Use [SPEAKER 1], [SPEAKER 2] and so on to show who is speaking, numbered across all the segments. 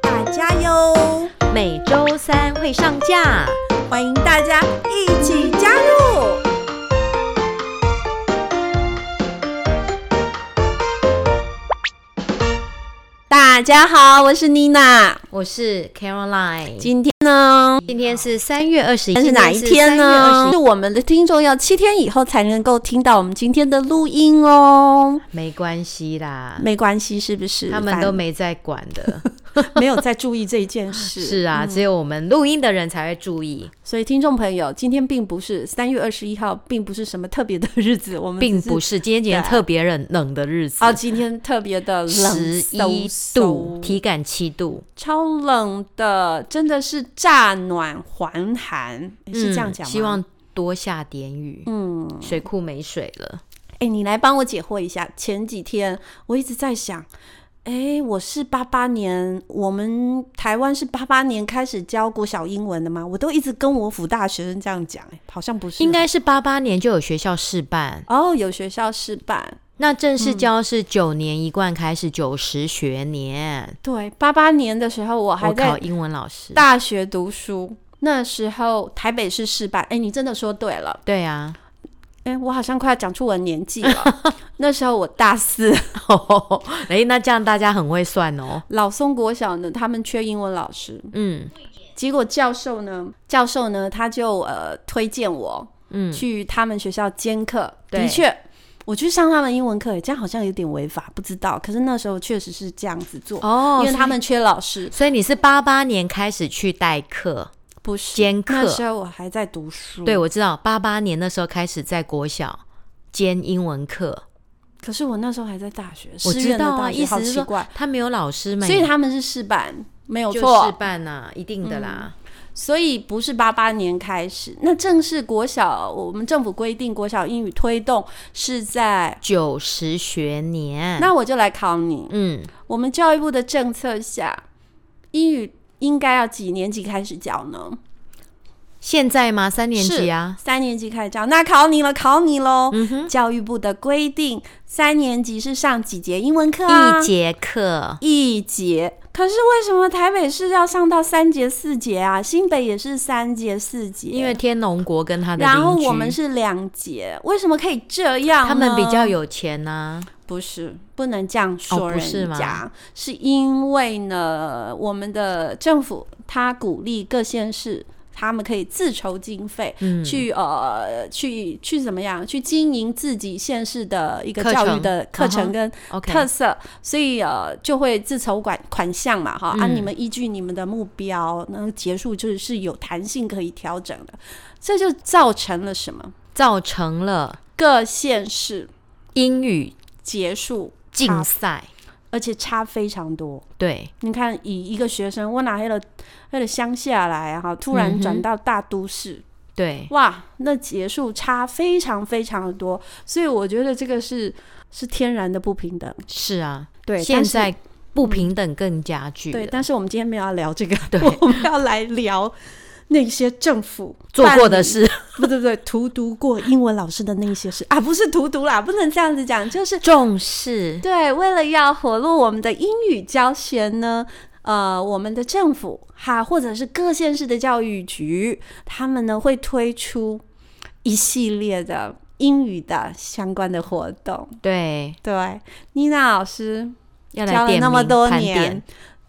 [SPEAKER 1] 大家哟，
[SPEAKER 2] 每周三会上架。
[SPEAKER 1] 欢迎大家一起加入。大家好，我是妮娜。
[SPEAKER 2] 我是 Caroline，
[SPEAKER 1] 今
[SPEAKER 2] 今
[SPEAKER 1] 天呢，
[SPEAKER 2] 今天是三月二十一，
[SPEAKER 1] 但是哪一天呢？是
[SPEAKER 2] 21
[SPEAKER 1] 我们的听众要七天以后才能够听到我们今天的录音哦。
[SPEAKER 2] 没关系啦，
[SPEAKER 1] 没关系，是不是？
[SPEAKER 2] 他们都没在管的。
[SPEAKER 1] 反 没有在注意这一件事。嗯
[SPEAKER 2] 是啊，只有我们录音的人才会注意，
[SPEAKER 1] 所以听众朋友，今天并不是三月二十一号，并不是什么特别的日子，我们
[SPEAKER 2] 并
[SPEAKER 1] 只
[SPEAKER 2] 不是哦今天节
[SPEAKER 1] 对
[SPEAKER 2] 特别冷冷的日子
[SPEAKER 1] 啊，今天特别的冷，
[SPEAKER 2] 十一
[SPEAKER 1] 嗖
[SPEAKER 2] 度，
[SPEAKER 1] 嗖
[SPEAKER 2] 体感七度，
[SPEAKER 1] 超冷的，真的是乍暖还寒，是这样讲
[SPEAKER 2] 嗯
[SPEAKER 1] 吗？
[SPEAKER 2] 希望多下点雨。嗯，水库没水了，
[SPEAKER 1] 哎、你来帮我解惑一下。前几天我一直在想，哎、我是八八年，我们台湾是八八年开始教国小英文的吗？我都一直跟我辅大学生这样讲、哎，好像不是，
[SPEAKER 2] 应该是八八年就有学校试办，
[SPEAKER 1] 哦，有学校试办。
[SPEAKER 2] 那正式教是九年一贯开始，九十学年。
[SPEAKER 1] 对，八八年的时候我嗯还
[SPEAKER 2] 我
[SPEAKER 1] 在
[SPEAKER 2] 考英文老师，
[SPEAKER 1] 大学读书，那时候台北市试办。哎，你真的说对了，
[SPEAKER 2] 对 啊，
[SPEAKER 1] 哎，我好像快要讲出我的年纪了。 那时候我大四，
[SPEAKER 2] 哎、那这样大家很会算哦。
[SPEAKER 1] 老松国小呢，他们缺英文老师，
[SPEAKER 2] 嗯，
[SPEAKER 1] 结果教授呢，教授呢，他就呃推荐我，
[SPEAKER 2] 嗯
[SPEAKER 1] 去他们学校兼课。
[SPEAKER 2] 对
[SPEAKER 1] 的确，我去上他们英文课，这样好像有点违法，不知道。可是那时候确实是这样子做，
[SPEAKER 2] 哦
[SPEAKER 1] 因为他们缺老师，
[SPEAKER 2] 所以你是八八年开始去代课，
[SPEAKER 1] 不是
[SPEAKER 2] 兼课
[SPEAKER 1] 那时候我还在读书，
[SPEAKER 2] 对，我知道，八八年那时候开始在国小兼英文课，
[SPEAKER 1] 可是我那时候还在大学，
[SPEAKER 2] 我
[SPEAKER 1] 师
[SPEAKER 2] 知
[SPEAKER 1] 院的
[SPEAKER 2] 道
[SPEAKER 1] 大
[SPEAKER 2] 啊，
[SPEAKER 1] 学
[SPEAKER 2] 意
[SPEAKER 1] 好
[SPEAKER 2] 思是
[SPEAKER 1] 奇
[SPEAKER 2] 说
[SPEAKER 1] 怪，
[SPEAKER 2] 他没有老师们，
[SPEAKER 1] 所以他们是试办，没有
[SPEAKER 2] 就
[SPEAKER 1] 错，嗯
[SPEAKER 2] 事办啊，一定的啦。
[SPEAKER 1] 所以不是八八年开始。那正式国小，我们政府规定国小英语推动是在，
[SPEAKER 2] 九十学年，
[SPEAKER 1] 那我就来考你，
[SPEAKER 2] 嗯，
[SPEAKER 1] 我们教育部的政策下，英语应该要几年级开始教呢？
[SPEAKER 2] 现在吗？三年级啊，嗯
[SPEAKER 1] 三年级开始教，那考你了，考你喽。教育部的规定，三年级是上几节英文课啊？
[SPEAKER 2] 一节课，
[SPEAKER 1] 一节。可是为什么台北市要上到三节四节啊？新北也是三节四节，
[SPEAKER 2] 因为天龙国跟他的
[SPEAKER 1] 然后
[SPEAKER 2] 邻居
[SPEAKER 1] 我们是两节，为什么可以这样呢？
[SPEAKER 2] 他们比较有钱啊呐、
[SPEAKER 1] 不是不能这样
[SPEAKER 2] 哦
[SPEAKER 1] 说
[SPEAKER 2] 不是
[SPEAKER 1] 人
[SPEAKER 2] 吗
[SPEAKER 1] 家，是因为呢，我们的政府他鼓励各县市。他们可以自筹经费，
[SPEAKER 2] 嗯
[SPEAKER 1] 去呃，去去怎么样？去经营自己县市的一个
[SPEAKER 2] 课
[SPEAKER 1] 教育
[SPEAKER 2] 程
[SPEAKER 1] 的课
[SPEAKER 2] 嗯
[SPEAKER 1] 程嗯
[SPEAKER 2] 哼
[SPEAKER 1] 跟
[SPEAKER 2] OK，
[SPEAKER 1] 特色所以呃就会自筹款款项嘛，哈、按啊，
[SPEAKER 2] 嗯
[SPEAKER 1] 你们依据你们的目标，那结束就是是有弹性可以调整的，这就造成了什么？
[SPEAKER 2] 造成了
[SPEAKER 1] 各县市
[SPEAKER 2] 英语
[SPEAKER 1] 结束，
[SPEAKER 2] 竞赛。
[SPEAKER 1] 而且差非常多。
[SPEAKER 2] 对，
[SPEAKER 1] 你看，以一个学生，我哪黑了黑了乡下来哈、突然转到大都市，
[SPEAKER 2] 对，
[SPEAKER 1] 哇，那结束差非常非常的多。所以我觉得这个是是天然的不平等。
[SPEAKER 2] 是啊，
[SPEAKER 1] 对
[SPEAKER 2] 现
[SPEAKER 1] 但是
[SPEAKER 2] 在不平等更加剧了、
[SPEAKER 1] 对，但是我们今天没有要聊这个，
[SPEAKER 2] 对
[SPEAKER 1] 我们要来聊那些政府
[SPEAKER 2] 做过的
[SPEAKER 1] 办理，
[SPEAKER 2] 事，
[SPEAKER 1] 不对不对，荼毒过英文老师的那些事啊，不是荼毒啦，不能这样子讲，就是
[SPEAKER 2] 重视
[SPEAKER 1] 对，为了要活络我们的英语教学呢，呃，我们的政府哈，或者是各县市的教育局，他们呢会推出一系列的英语的相关的活动。
[SPEAKER 2] 对，
[SPEAKER 1] 对，妮娜老师
[SPEAKER 2] 要
[SPEAKER 1] 教
[SPEAKER 2] 来
[SPEAKER 1] 了
[SPEAKER 2] 点
[SPEAKER 1] 那么
[SPEAKER 2] 名
[SPEAKER 1] 多
[SPEAKER 2] 盘
[SPEAKER 1] 年，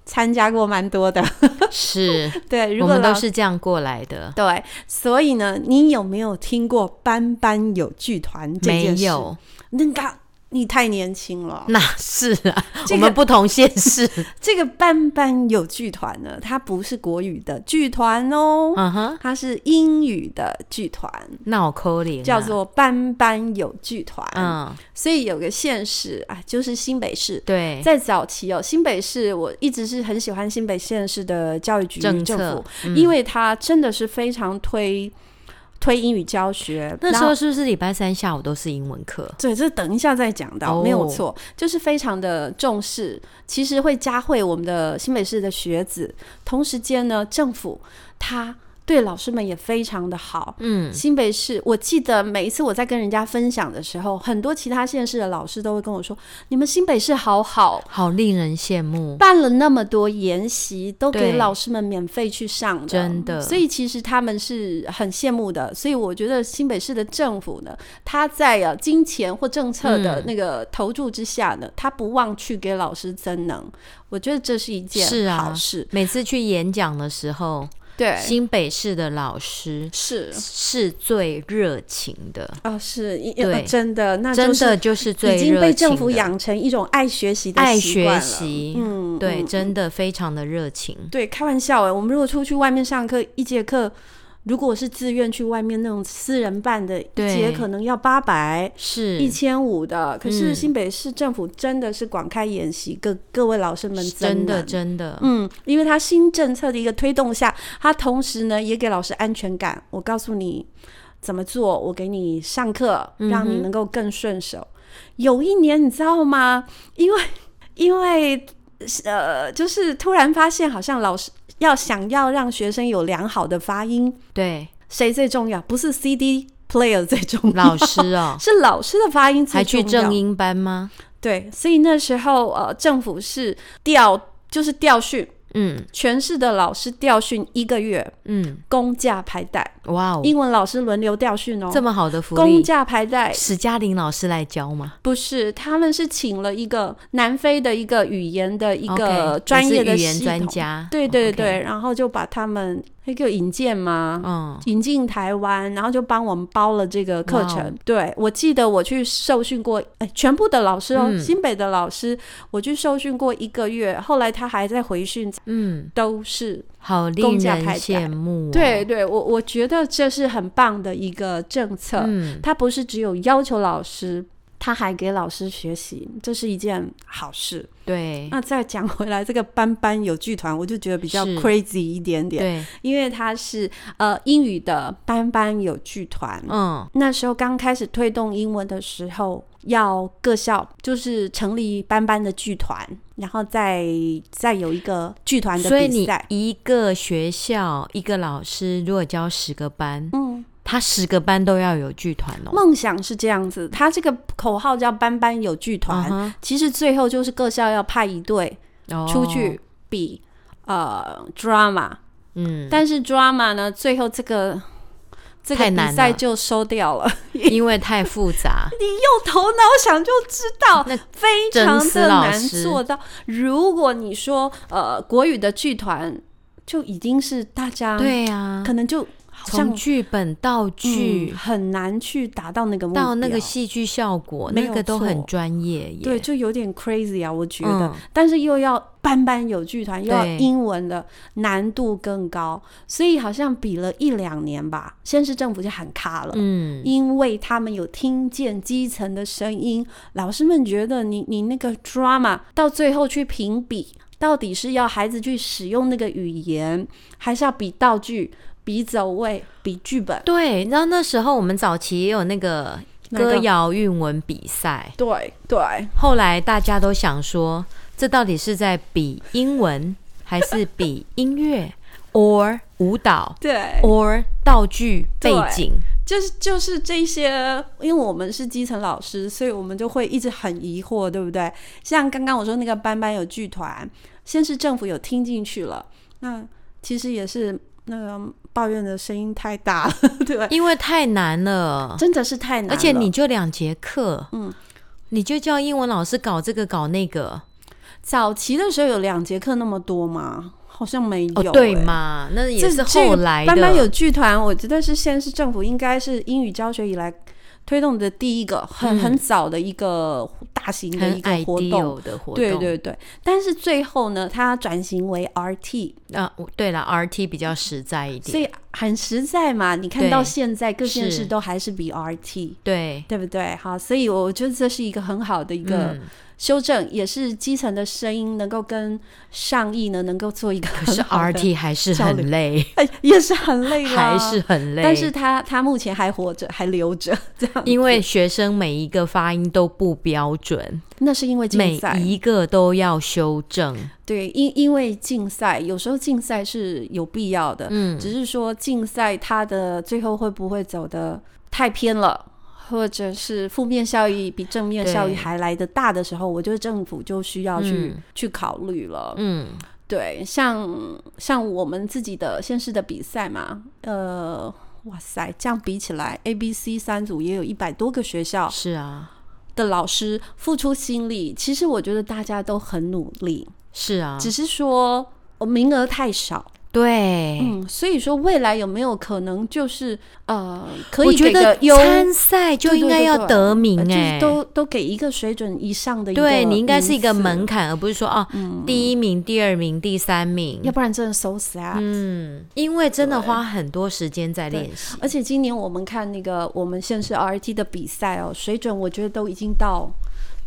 [SPEAKER 1] 参加过蛮多的。
[SPEAKER 2] 点是，
[SPEAKER 1] 对， 如
[SPEAKER 2] 我
[SPEAKER 1] 果
[SPEAKER 2] 们
[SPEAKER 1] 老
[SPEAKER 2] 都
[SPEAKER 1] 师
[SPEAKER 2] 是这样过来的。
[SPEAKER 1] 对，所以呢，你有没有听过班班有剧团这
[SPEAKER 2] 没
[SPEAKER 1] 件事？
[SPEAKER 2] 有，
[SPEAKER 1] 那个。你太年轻了。
[SPEAKER 2] 那是啊，
[SPEAKER 1] 这
[SPEAKER 2] 我
[SPEAKER 1] 个
[SPEAKER 2] 们不同县市。
[SPEAKER 1] 这个班班有剧团呢，它不是国语的剧团哦，
[SPEAKER 2] 嗯哼，
[SPEAKER 1] 它是英语的剧团，
[SPEAKER 2] 那我扣零啊
[SPEAKER 1] 叫做班班有剧团。
[SPEAKER 2] 嗯，
[SPEAKER 1] 所以有个县市啊，就是新北市。
[SPEAKER 2] 对，
[SPEAKER 1] 在早期哦，新北市我一直是很喜欢新北县市的教育局
[SPEAKER 2] 政
[SPEAKER 1] 政
[SPEAKER 2] 策嗯
[SPEAKER 1] 府，因为它真的是非常推推英语教学。
[SPEAKER 2] 那时
[SPEAKER 1] 然
[SPEAKER 2] 候
[SPEAKER 1] 后
[SPEAKER 2] 是不是礼拜三下午都是英文课？
[SPEAKER 1] 对，这等一下再讲到，
[SPEAKER 2] 哦
[SPEAKER 1] 没有错，就是非常的重视。其实会加惠我们的新北市的学子，同时间呢，政府它对老师们也非常的好。
[SPEAKER 2] 嗯，
[SPEAKER 1] 新北市，我记得每一次我在跟人家分享的时候，很多其他县市的老师都会跟我说：“你们新北市好好，
[SPEAKER 2] 好令人羡慕。
[SPEAKER 1] 办了那么多研习，都给
[SPEAKER 2] 对
[SPEAKER 1] 老师们免费去上的，
[SPEAKER 2] 真的
[SPEAKER 1] 所以其实他们是很羡慕的。所以我觉得新北市的政府呢，他在啊金钱或政策的
[SPEAKER 2] 嗯
[SPEAKER 1] 那个投注之下呢，他不忘去给老师增能。我觉得这是一件
[SPEAKER 2] 是啊
[SPEAKER 1] 好事，
[SPEAKER 2] 每次去演讲的时候，
[SPEAKER 1] 对，
[SPEAKER 2] 新北市的老师
[SPEAKER 1] 是
[SPEAKER 2] 是最热情的，
[SPEAKER 1] 啊、是，一
[SPEAKER 2] 对
[SPEAKER 1] 呃真的，那就
[SPEAKER 2] 真
[SPEAKER 1] 是
[SPEAKER 2] 的就是最
[SPEAKER 1] 已经
[SPEAKER 2] 热
[SPEAKER 1] 被
[SPEAKER 2] 情
[SPEAKER 1] 政府
[SPEAKER 2] 的
[SPEAKER 1] 养成一种爱学习的
[SPEAKER 2] 爱
[SPEAKER 1] 习惯了
[SPEAKER 2] 学习，
[SPEAKER 1] 嗯，
[SPEAKER 2] 对，
[SPEAKER 1] 嗯
[SPEAKER 2] 真的非常的热情。
[SPEAKER 1] 对，开玩笑哎，我们如果出去外面上课，一节课如果是自愿去外面那种私人办的，一
[SPEAKER 2] 对
[SPEAKER 1] 节可能要八百。
[SPEAKER 2] 是
[SPEAKER 1] 一千五的，可
[SPEAKER 2] 嗯
[SPEAKER 1] 是新北市政府真的是广开演习，各各位老师们
[SPEAKER 2] 真的
[SPEAKER 1] 能
[SPEAKER 2] 真的，
[SPEAKER 1] 嗯，因为他新政策的一个推动下，他同时呢也给老师安全感。我告诉你怎么做，我给你上课，
[SPEAKER 2] 嗯
[SPEAKER 1] 让你能够更顺手。有一年你知道吗？因为因为呃，就是突然发现，好像老师要想要让学生有良好的发音，
[SPEAKER 2] 对，
[SPEAKER 1] 谁最重要？不是 CD player 最重要，，
[SPEAKER 2] 老师哦
[SPEAKER 1] 是老师的发音最
[SPEAKER 2] 还
[SPEAKER 1] 重
[SPEAKER 2] 去
[SPEAKER 1] 要。
[SPEAKER 2] 正音班吗？
[SPEAKER 1] 对，所以那时候呃，政府是调就是调训。
[SPEAKER 2] 嗯
[SPEAKER 1] 全市的老师调训一个月，
[SPEAKER 2] 嗯，
[SPEAKER 1] 公价排代，
[SPEAKER 2] 哇哦，
[SPEAKER 1] 英文老师轮流调训哦。
[SPEAKER 2] 这么好的福
[SPEAKER 1] 公
[SPEAKER 2] 利，
[SPEAKER 1] 价排代
[SPEAKER 2] 史嘉玲老师来教吗？
[SPEAKER 1] 不是，他们是请了一个南非的一个语言的一
[SPEAKER 2] OK，
[SPEAKER 1] 个专业的
[SPEAKER 2] 你是语言
[SPEAKER 1] 系
[SPEAKER 2] 专
[SPEAKER 1] 统
[SPEAKER 2] 家，
[SPEAKER 1] 对对
[SPEAKER 2] OK
[SPEAKER 1] 对，然后就把他们那个引荐嘛。
[SPEAKER 2] 嗯，
[SPEAKER 1] 引进台湾，然后就帮我们包了这个课
[SPEAKER 2] 哇哦
[SPEAKER 1] 程。对我记得我去受训过，哎，全部的老师哦，
[SPEAKER 2] 嗯
[SPEAKER 1] 新北的老师，我去受训过一个月，后来他还在回训，
[SPEAKER 2] 嗯，
[SPEAKER 1] 都是
[SPEAKER 2] 好令
[SPEAKER 1] 公价
[SPEAKER 2] 人
[SPEAKER 1] 派
[SPEAKER 2] 羡慕、哦。
[SPEAKER 1] 对，对，我我觉得这是很棒的一个政策，
[SPEAKER 2] 嗯，
[SPEAKER 1] 它不是只有要求老师，它还给老师学习，这是一件好事。
[SPEAKER 2] 对，
[SPEAKER 1] 那再讲回来，这个班班有剧团，我就觉得比较
[SPEAKER 2] 是
[SPEAKER 1] crazy 一点点，
[SPEAKER 2] 对，
[SPEAKER 1] 因为它是呃英语的班班有剧团。
[SPEAKER 2] 嗯，
[SPEAKER 1] 那时候刚开始推动英文的时候，要各校就是成立班班的剧团，然后再再有一个剧团的
[SPEAKER 2] 所以
[SPEAKER 1] 比
[SPEAKER 2] 你
[SPEAKER 1] 赛。
[SPEAKER 2] 一个学校一个老师如果教十个班，
[SPEAKER 1] 嗯，
[SPEAKER 2] 他十个班都要有剧团哦。
[SPEAKER 1] 梦想是这样子，他这个口号叫“班班有剧团”，
[SPEAKER 2] 嗯
[SPEAKER 1] 其实最后就是各校要派一队
[SPEAKER 2] 哼
[SPEAKER 1] 出去
[SPEAKER 2] 哦
[SPEAKER 1] 比、呃 drama，
[SPEAKER 2] 嗯，
[SPEAKER 1] 但是 drama 呢，最后这个这
[SPEAKER 2] 太
[SPEAKER 1] 个
[SPEAKER 2] 难
[SPEAKER 1] 比赛
[SPEAKER 2] 了
[SPEAKER 1] 就收掉了。
[SPEAKER 2] 因为太 复杂，
[SPEAKER 1] 用头脑想就知道
[SPEAKER 2] 那，
[SPEAKER 1] 非
[SPEAKER 2] 真
[SPEAKER 1] 常
[SPEAKER 2] 是
[SPEAKER 1] 的
[SPEAKER 2] 老
[SPEAKER 1] 难
[SPEAKER 2] 师
[SPEAKER 1] 做到。如果你说呃国语的剧团，就已经是大家
[SPEAKER 2] 对啊，
[SPEAKER 1] 可能就好像
[SPEAKER 2] 从剧本道具
[SPEAKER 1] 嗯、很难去达到那个目标，
[SPEAKER 2] 到那个戏剧效果，
[SPEAKER 1] 没
[SPEAKER 2] 那
[SPEAKER 1] 有
[SPEAKER 2] 个都很
[SPEAKER 1] 错
[SPEAKER 2] 专业耶。
[SPEAKER 1] 对，就有点 crazy 啊，我觉得。
[SPEAKER 2] 嗯
[SPEAKER 1] 但是又要班班有剧团，又要
[SPEAKER 2] 对
[SPEAKER 1] 英文的难度更高，所以好像比了一两年吧，先是政府就喊卡了。
[SPEAKER 2] 嗯，
[SPEAKER 1] 因为他们有听见基层的声音，老师们觉得你你那个 drama 到最后去评比，到底是要孩子去使用那个语言，还是要比道具、比走位、比剧本？
[SPEAKER 2] 对。然后那时候我们早期也有那个
[SPEAKER 1] 那个
[SPEAKER 2] 歌谣韵文比赛，
[SPEAKER 1] 对对，
[SPEAKER 2] 后来大家都想说，这到底是在比英文，还是比音乐 ，or 舞蹈
[SPEAKER 1] 对，
[SPEAKER 2] ，or 道具背
[SPEAKER 1] 对
[SPEAKER 2] 景？
[SPEAKER 1] 就是就是这些，因为我们是基层老师，所以我们就会一直很疑惑，对不对？像刚刚我说那个班班有剧团，先是政府有听进去了，那其实也是那个抱怨的声音太大了， 对吧？
[SPEAKER 2] 因为太难了，
[SPEAKER 1] 真的是太难了，
[SPEAKER 2] 而且你就两节课，嗯，你就叫英文老师搞这个搞那个，
[SPEAKER 1] 早期的时候有两节课那么多吗？好像没有、
[SPEAKER 2] 哦，
[SPEAKER 1] 欸
[SPEAKER 2] 对？嘛？那也
[SPEAKER 1] 这
[SPEAKER 2] 是
[SPEAKER 1] 这
[SPEAKER 2] 后
[SPEAKER 1] 个
[SPEAKER 2] 来的。
[SPEAKER 1] 班班有剧团，我觉得是现在是政府应该是英语教学以来推动的第一个很很早的一个大型的
[SPEAKER 2] 嗯很
[SPEAKER 1] 一个活动。
[SPEAKER 2] ideal 的活动。
[SPEAKER 1] 对对对，但是最后呢，它转型为 RT，
[SPEAKER 2] 啊，我对了，RT 比较实在一
[SPEAKER 1] 所
[SPEAKER 2] 点。
[SPEAKER 1] 以很实在嘛。你看到
[SPEAKER 2] 对
[SPEAKER 1] 现在各县市
[SPEAKER 2] 是
[SPEAKER 1] 都还是比 RT，
[SPEAKER 2] 对，
[SPEAKER 1] 对不对？好，所以我觉得这是一个很好的一个
[SPEAKER 2] 嗯，
[SPEAKER 1] 修正，也是基层的声音能够跟上亿呢能够做一个
[SPEAKER 2] 可是
[SPEAKER 1] 很好的
[SPEAKER 2] RT 还是
[SPEAKER 1] 交流
[SPEAKER 2] 很累，
[SPEAKER 1] 哎 也是很累啦，
[SPEAKER 2] 还是很累。
[SPEAKER 1] 但是他他目前还活着，还留着，这样，
[SPEAKER 2] 因为学生每一个发音都不标准，
[SPEAKER 1] 那是因为
[SPEAKER 2] 每
[SPEAKER 1] 竞赛，
[SPEAKER 2] 一个都要修正。
[SPEAKER 1] 对，因因为竞赛，有时候竞赛是有必要的，
[SPEAKER 2] 嗯，
[SPEAKER 1] 只是说竞赛它的最后会不会走的太偏了。或者是负面效益比正面效益
[SPEAKER 2] 对
[SPEAKER 1] 还来得大的时候，我觉得政府就需要去、去考虑了。
[SPEAKER 2] 嗯，
[SPEAKER 1] 对，像像我们自己的县市的比赛嘛，呃，哇塞，这样比起来，A、B、C 三组也有一百多个学校
[SPEAKER 2] 是啊，
[SPEAKER 1] 的老师付出心力。其实我觉得大家都很努力，
[SPEAKER 2] 是啊，
[SPEAKER 1] 只是说呃名额太少。
[SPEAKER 2] 对。
[SPEAKER 1] 嗯，所以说未来有没有可能就是呃，可
[SPEAKER 2] 我
[SPEAKER 1] 以
[SPEAKER 2] 觉
[SPEAKER 1] 给
[SPEAKER 2] 得
[SPEAKER 1] 个优，
[SPEAKER 2] 参赛就
[SPEAKER 1] 对对
[SPEAKER 2] 应该
[SPEAKER 1] 对
[SPEAKER 2] 要
[SPEAKER 1] 对
[SPEAKER 2] 得名
[SPEAKER 1] 呃就
[SPEAKER 2] 哎、
[SPEAKER 1] 是都都给一个水准以上的一个啊名次，
[SPEAKER 2] 对你应该是一个门槛，而不是说哦，第一名、第二名、第三名
[SPEAKER 1] 嗯要。不然真的啊 so sad。
[SPEAKER 2] 嗯，因为真的
[SPEAKER 1] 对
[SPEAKER 2] 花很多时间在
[SPEAKER 1] 对
[SPEAKER 2] 练习。
[SPEAKER 1] 而且今年我们看那个我们县市 RT 的比赛哦，水准我觉得都已经到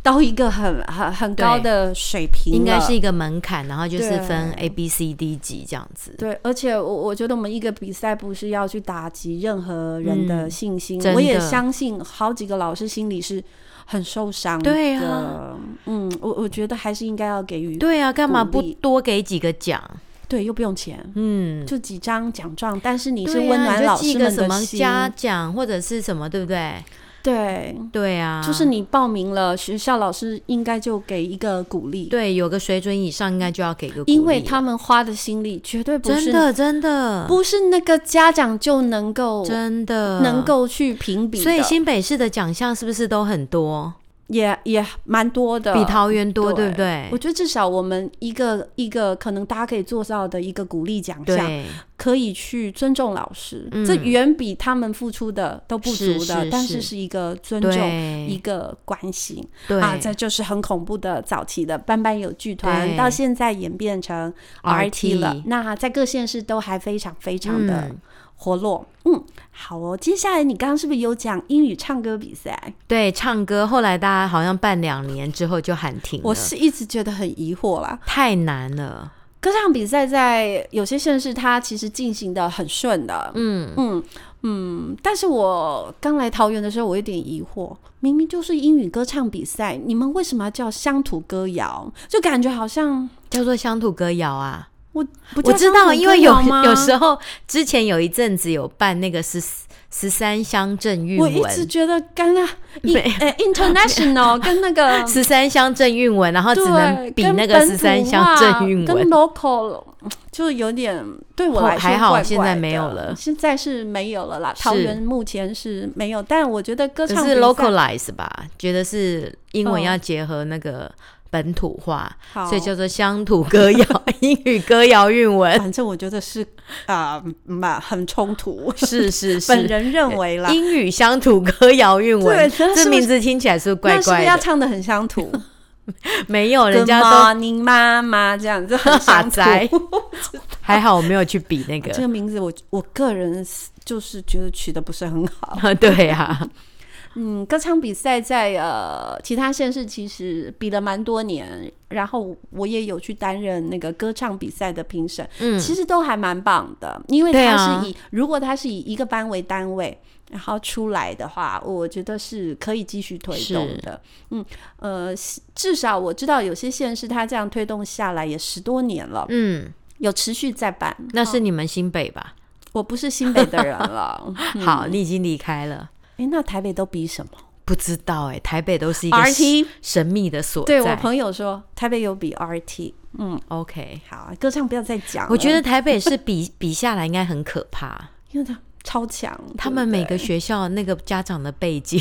[SPEAKER 1] 到一个很很很高的水平了，
[SPEAKER 2] 应该是一个门槛，然后就是
[SPEAKER 1] 对
[SPEAKER 2] 分 A、B、C、D 级这样子。
[SPEAKER 1] 对。而且我我觉得我们一个比赛不是要去打击任何人的信心，
[SPEAKER 2] 嗯真的
[SPEAKER 1] 我也相信好几个老师心里是很受伤的。
[SPEAKER 2] 对啊
[SPEAKER 1] 嗯，我我觉得还是应该要给予
[SPEAKER 2] 对啊，干嘛
[SPEAKER 1] 鼓
[SPEAKER 2] 不
[SPEAKER 1] 励
[SPEAKER 2] 多给几个奖？
[SPEAKER 1] 对，又不用钱。
[SPEAKER 2] 嗯，
[SPEAKER 1] 就几张奖状，但是你是
[SPEAKER 2] 对啊
[SPEAKER 1] 温暖
[SPEAKER 2] 你就
[SPEAKER 1] 老
[SPEAKER 2] 寄
[SPEAKER 1] 师
[SPEAKER 2] 个
[SPEAKER 1] 们
[SPEAKER 2] 什
[SPEAKER 1] 的
[SPEAKER 2] 么
[SPEAKER 1] 心，
[SPEAKER 2] 嘉奖或者是什么，对不对？
[SPEAKER 1] 对，
[SPEAKER 2] 对啊，
[SPEAKER 1] 就是你报名了，学校老师应该就给一个鼓励，
[SPEAKER 2] 对有个水准以上，应该就要给个鼓励了，
[SPEAKER 1] 因为他们花的心力绝对不
[SPEAKER 2] 真
[SPEAKER 1] 是
[SPEAKER 2] 的真的
[SPEAKER 1] 不是那个家长就能够
[SPEAKER 2] 真的
[SPEAKER 1] 能。够去评比的，
[SPEAKER 2] 所以新北市的奖项是不是都很多，
[SPEAKER 1] 也也蛮多的。
[SPEAKER 2] 比桃园多，
[SPEAKER 1] 对
[SPEAKER 2] 对不对
[SPEAKER 1] 我？觉得至少我们一个一个可能大家可以做到的一个鼓励奖项，
[SPEAKER 2] 对，
[SPEAKER 1] 可以去尊重老师，
[SPEAKER 2] 嗯
[SPEAKER 1] 这远比他们付出的都不足的，
[SPEAKER 2] 是是
[SPEAKER 1] 但
[SPEAKER 2] 是
[SPEAKER 1] 是是一个尊重。一
[SPEAKER 2] 对，
[SPEAKER 1] 个关心
[SPEAKER 2] 对
[SPEAKER 1] 啊，这就是很恐怖的早期的班班有剧团，
[SPEAKER 2] 对
[SPEAKER 1] 到现在演变成 RT 了。那在各县市都还非常非常的
[SPEAKER 2] 嗯，
[SPEAKER 1] 活络。嗯好哦。接下来你刚刚是不是有讲英语唱歌比赛？
[SPEAKER 2] 对，唱歌后来大家好像办两年之后就喊停了，
[SPEAKER 1] 我是一直觉得很疑惑啦。
[SPEAKER 2] 太难了，
[SPEAKER 1] 歌唱比赛在有些县市它其实进行的很顺的，
[SPEAKER 2] 嗯，
[SPEAKER 1] 嗯嗯。但是我刚来桃园的时候，我有点疑惑，明明就是英语歌唱比赛，你们为什么要叫乡土歌谣？就感觉好像
[SPEAKER 2] 叫做乡土歌谣啊。
[SPEAKER 1] 我不叫
[SPEAKER 2] 我知
[SPEAKER 1] 乡
[SPEAKER 2] 道，
[SPEAKER 1] 土
[SPEAKER 2] 因
[SPEAKER 1] 歌
[SPEAKER 2] 为有
[SPEAKER 1] 谣吗
[SPEAKER 2] 有时候之前有一阵子有办那个十十三乡镇韵
[SPEAKER 1] 我一直
[SPEAKER 2] 文，
[SPEAKER 1] 觉得跟那
[SPEAKER 2] 没
[SPEAKER 1] in- 呃 international 跟那 个
[SPEAKER 2] 十三乡镇韵文，然后哦只
[SPEAKER 1] 对，
[SPEAKER 2] 能比
[SPEAKER 1] 跟
[SPEAKER 2] 那个
[SPEAKER 1] 本
[SPEAKER 2] 十三
[SPEAKER 1] 土
[SPEAKER 2] 乡
[SPEAKER 1] 化
[SPEAKER 2] 镇韵
[SPEAKER 1] 跟
[SPEAKER 2] 文。
[SPEAKER 1] local 就有点对我
[SPEAKER 2] 后
[SPEAKER 1] 来说
[SPEAKER 2] 还好
[SPEAKER 1] 怪怪
[SPEAKER 2] 现在
[SPEAKER 1] 的
[SPEAKER 2] 没有了
[SPEAKER 1] 现在是没有了啦。桃
[SPEAKER 2] 是
[SPEAKER 1] 园目前是没有，但我觉得歌
[SPEAKER 2] 只
[SPEAKER 1] 唱
[SPEAKER 2] 是
[SPEAKER 1] 比赛
[SPEAKER 2] localize 吧，觉得是英文
[SPEAKER 1] 嗯
[SPEAKER 2] 要结合那个本土化，
[SPEAKER 1] 好，
[SPEAKER 2] 所以叫做乡土歌谣、英语歌谣韵文。
[SPEAKER 1] 反正我觉得是啊嘛、很冲突，
[SPEAKER 2] 是是
[SPEAKER 1] 本
[SPEAKER 2] 是，
[SPEAKER 1] 人认为啦。
[SPEAKER 2] 英语乡土歌谣韵文
[SPEAKER 1] 对，那是
[SPEAKER 2] 这
[SPEAKER 1] 不
[SPEAKER 2] 名
[SPEAKER 1] 是
[SPEAKER 2] 字听起来是不是怪
[SPEAKER 1] 那是不
[SPEAKER 2] 怪
[SPEAKER 1] 是要
[SPEAKER 2] 的？
[SPEAKER 1] 唱的很乡 土？
[SPEAKER 2] 没有，人家
[SPEAKER 1] Good
[SPEAKER 2] 都
[SPEAKER 1] morning 妈妈这样子 很
[SPEAKER 2] 哈
[SPEAKER 1] 乡土。
[SPEAKER 2] 宅，还好我没有去比那个
[SPEAKER 1] 这。个名字我我个人是就是觉得取得不是很好。
[SPEAKER 2] 啊， 对呀，
[SPEAKER 1] 嗯，歌唱比赛在呃其他县市其实比了蛮多年，然后我也有去担任那个歌唱比赛的评审，
[SPEAKER 2] 嗯，
[SPEAKER 1] 其实都还蛮棒的，因为
[SPEAKER 2] 对
[SPEAKER 1] 它
[SPEAKER 2] 啊
[SPEAKER 1] 是以、如果它是以一个班为单位。然后出来的话，我觉得是可以继续推动的。嗯，呃，至少我知道有些县市它这样推动下来也十多年了，
[SPEAKER 2] 嗯，
[SPEAKER 1] 有持续在办。
[SPEAKER 2] 那是你们新北吧？
[SPEAKER 1] 我不是新北的人 了。嗯
[SPEAKER 2] 好，你已经离开了，
[SPEAKER 1] 诶，那台北都比什么
[SPEAKER 2] 不知道哎，台北都是一个
[SPEAKER 1] ？RT
[SPEAKER 2] 神秘的所
[SPEAKER 1] 对我
[SPEAKER 2] 在。
[SPEAKER 1] 朋友说，台北有比 RT，嗯，
[SPEAKER 2] OK，
[SPEAKER 1] 好，歌唱不要再讲了，
[SPEAKER 2] 我觉得台北是比 比下来应该很可怕，
[SPEAKER 1] 因为他超强，
[SPEAKER 2] 他
[SPEAKER 1] 对
[SPEAKER 2] 们
[SPEAKER 1] 不对
[SPEAKER 2] 每个学校那个家长的背景，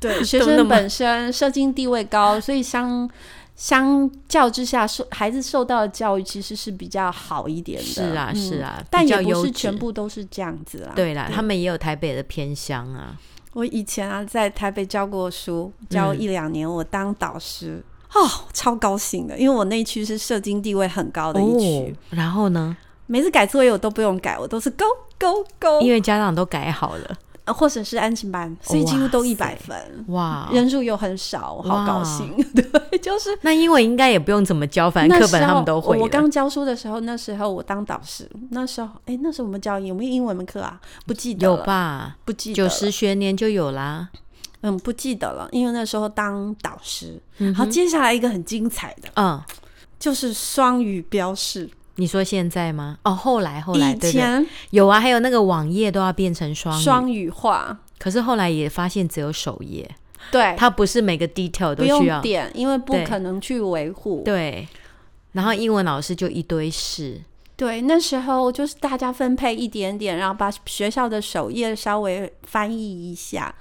[SPEAKER 1] 对学
[SPEAKER 2] 那
[SPEAKER 1] 生
[SPEAKER 2] 么
[SPEAKER 1] 本身社经地位高，所以相相较之下，受孩子受到的教育其实是比较好一点的，
[SPEAKER 2] 是啊
[SPEAKER 1] 嗯
[SPEAKER 2] 是啊，
[SPEAKER 1] 但
[SPEAKER 2] 比较
[SPEAKER 1] 也不
[SPEAKER 2] 优
[SPEAKER 1] 是
[SPEAKER 2] 质
[SPEAKER 1] 全。部都是这样子啊，
[SPEAKER 2] 对啦，他们也有台北的偏乡啊，
[SPEAKER 1] 我以前啊，在台北教过书，教
[SPEAKER 2] 嗯
[SPEAKER 1] 一两年，我当导师、哦，超高兴的，因为我那一区是社经地位很高的一区，
[SPEAKER 2] 哦然后呢？
[SPEAKER 1] 每次改作业我都不用改，我都是 go go go，
[SPEAKER 2] 因为家长都改好了，
[SPEAKER 1] 呃或者是安亲班，所以几乎都
[SPEAKER 2] 哇
[SPEAKER 1] 一
[SPEAKER 2] 塞
[SPEAKER 1] 百分，
[SPEAKER 2] 哇！
[SPEAKER 1] 人数又很少，我好高
[SPEAKER 2] 哇
[SPEAKER 1] 兴。 对，就是
[SPEAKER 2] 那英文应该也不用怎么教，反正
[SPEAKER 1] 那
[SPEAKER 2] 课
[SPEAKER 1] 时
[SPEAKER 2] 本他们
[SPEAKER 1] 候
[SPEAKER 2] 都会
[SPEAKER 1] 我
[SPEAKER 2] 了。
[SPEAKER 1] 刚教书的时候，那时候我当导师，那时候哎、那时候我们教有没有英文课啊？不记得
[SPEAKER 2] 有
[SPEAKER 1] 了？
[SPEAKER 2] 吧？
[SPEAKER 1] 不记得
[SPEAKER 2] 九
[SPEAKER 1] 了
[SPEAKER 2] 十学年就有啦。
[SPEAKER 1] 嗯，不记得了，因为那时候当导师。好，接下来一个很精彩的
[SPEAKER 2] 嗯，
[SPEAKER 1] 就是双语标示。
[SPEAKER 2] 你说现在吗？哦，后来后来，
[SPEAKER 1] 以
[SPEAKER 2] 对对，
[SPEAKER 1] 前
[SPEAKER 2] 有啊，还有那个网页都要变成双语，
[SPEAKER 1] 双语化，
[SPEAKER 2] 可是后来也发现只有首页，
[SPEAKER 1] 对，
[SPEAKER 2] 它不是每个 detail
[SPEAKER 1] 不
[SPEAKER 2] 都需要
[SPEAKER 1] 用。点，因为不
[SPEAKER 2] 对
[SPEAKER 1] 可能去维护。
[SPEAKER 2] 对，然后英文老师就一堆事，
[SPEAKER 1] 对，那时候就是大家分配一点点，然后把学校的首页稍微翻译一下。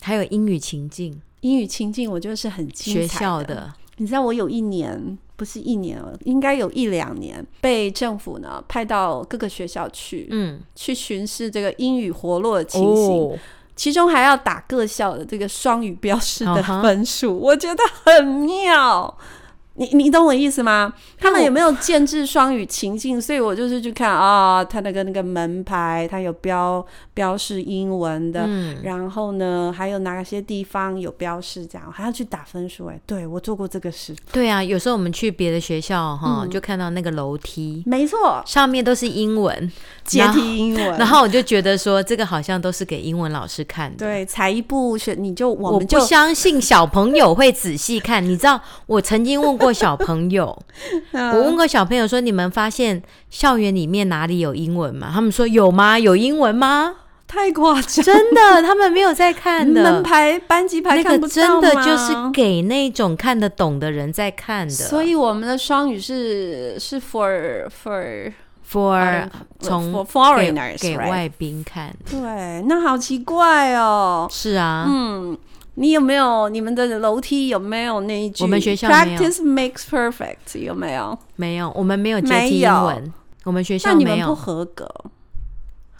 [SPEAKER 2] 还有英语情境，
[SPEAKER 1] 英语情境我就是很精彩
[SPEAKER 2] 学校
[SPEAKER 1] 的，
[SPEAKER 2] 的
[SPEAKER 1] 你知道我有一年不是一年了，应该有一两年被政府呢派到各个学校去，
[SPEAKER 2] 嗯，
[SPEAKER 1] 去巡视这个英语活络的情形。
[SPEAKER 2] 哦，
[SPEAKER 1] 其中还要打各校的这个双语标识的
[SPEAKER 2] 嗯哼
[SPEAKER 1] 分数我觉得很妙。你你懂我意思吗？他们也没有建制双语情境，所以我就是去看啊、他那个那个门牌，它有标标示英文的，
[SPEAKER 2] 嗯，
[SPEAKER 1] 然后呢，还有哪些地方有标示这样，还要去打分数、哎，对我做过这个事，
[SPEAKER 2] 对啊，有时候我们去别的学校
[SPEAKER 1] 嗯
[SPEAKER 2] 哈，就看到那个楼梯
[SPEAKER 1] 没错，
[SPEAKER 2] 上面都是英文
[SPEAKER 1] 阶梯英文，
[SPEAKER 2] 然后我就觉得说，这个好像都是给英文老师看的。
[SPEAKER 1] 对，才一步选你就我
[SPEAKER 2] 我
[SPEAKER 1] 们就
[SPEAKER 2] 不相信小朋友会仔细看，你知道，我曾经问过小 朋友，
[SPEAKER 1] 啊嗯
[SPEAKER 2] 我问过小朋友说：“你们发现校园里面哪里有英文吗？”他们说：“有吗？有英文吗
[SPEAKER 1] 太夸？” 张，
[SPEAKER 2] 真的，他们没有在看的。
[SPEAKER 1] 门牌班级牌
[SPEAKER 2] 那
[SPEAKER 1] 看
[SPEAKER 2] 个
[SPEAKER 1] 不
[SPEAKER 2] 真
[SPEAKER 1] 到
[SPEAKER 2] 的
[SPEAKER 1] 吗
[SPEAKER 2] 就是给那种看得懂的人在看的。
[SPEAKER 1] 所以我们的双语是是 for for
[SPEAKER 2] ，for 从
[SPEAKER 1] 呃 for
[SPEAKER 2] 给
[SPEAKER 1] foreigners
[SPEAKER 2] 给
[SPEAKER 1] right？
[SPEAKER 2] 外宾看，
[SPEAKER 1] 对，那好奇怪哦。
[SPEAKER 2] 是啊，
[SPEAKER 1] 嗯，你有没有你们的楼梯有没有那一句？
[SPEAKER 2] 我们学校没有
[SPEAKER 1] practice makes perfect 有没有？
[SPEAKER 2] 没有，我们没有阶
[SPEAKER 1] 没
[SPEAKER 2] 梯
[SPEAKER 1] 有
[SPEAKER 2] 英文，我们学
[SPEAKER 1] 那
[SPEAKER 2] 校
[SPEAKER 1] 你
[SPEAKER 2] 没
[SPEAKER 1] 们
[SPEAKER 2] 有
[SPEAKER 1] 不。合格，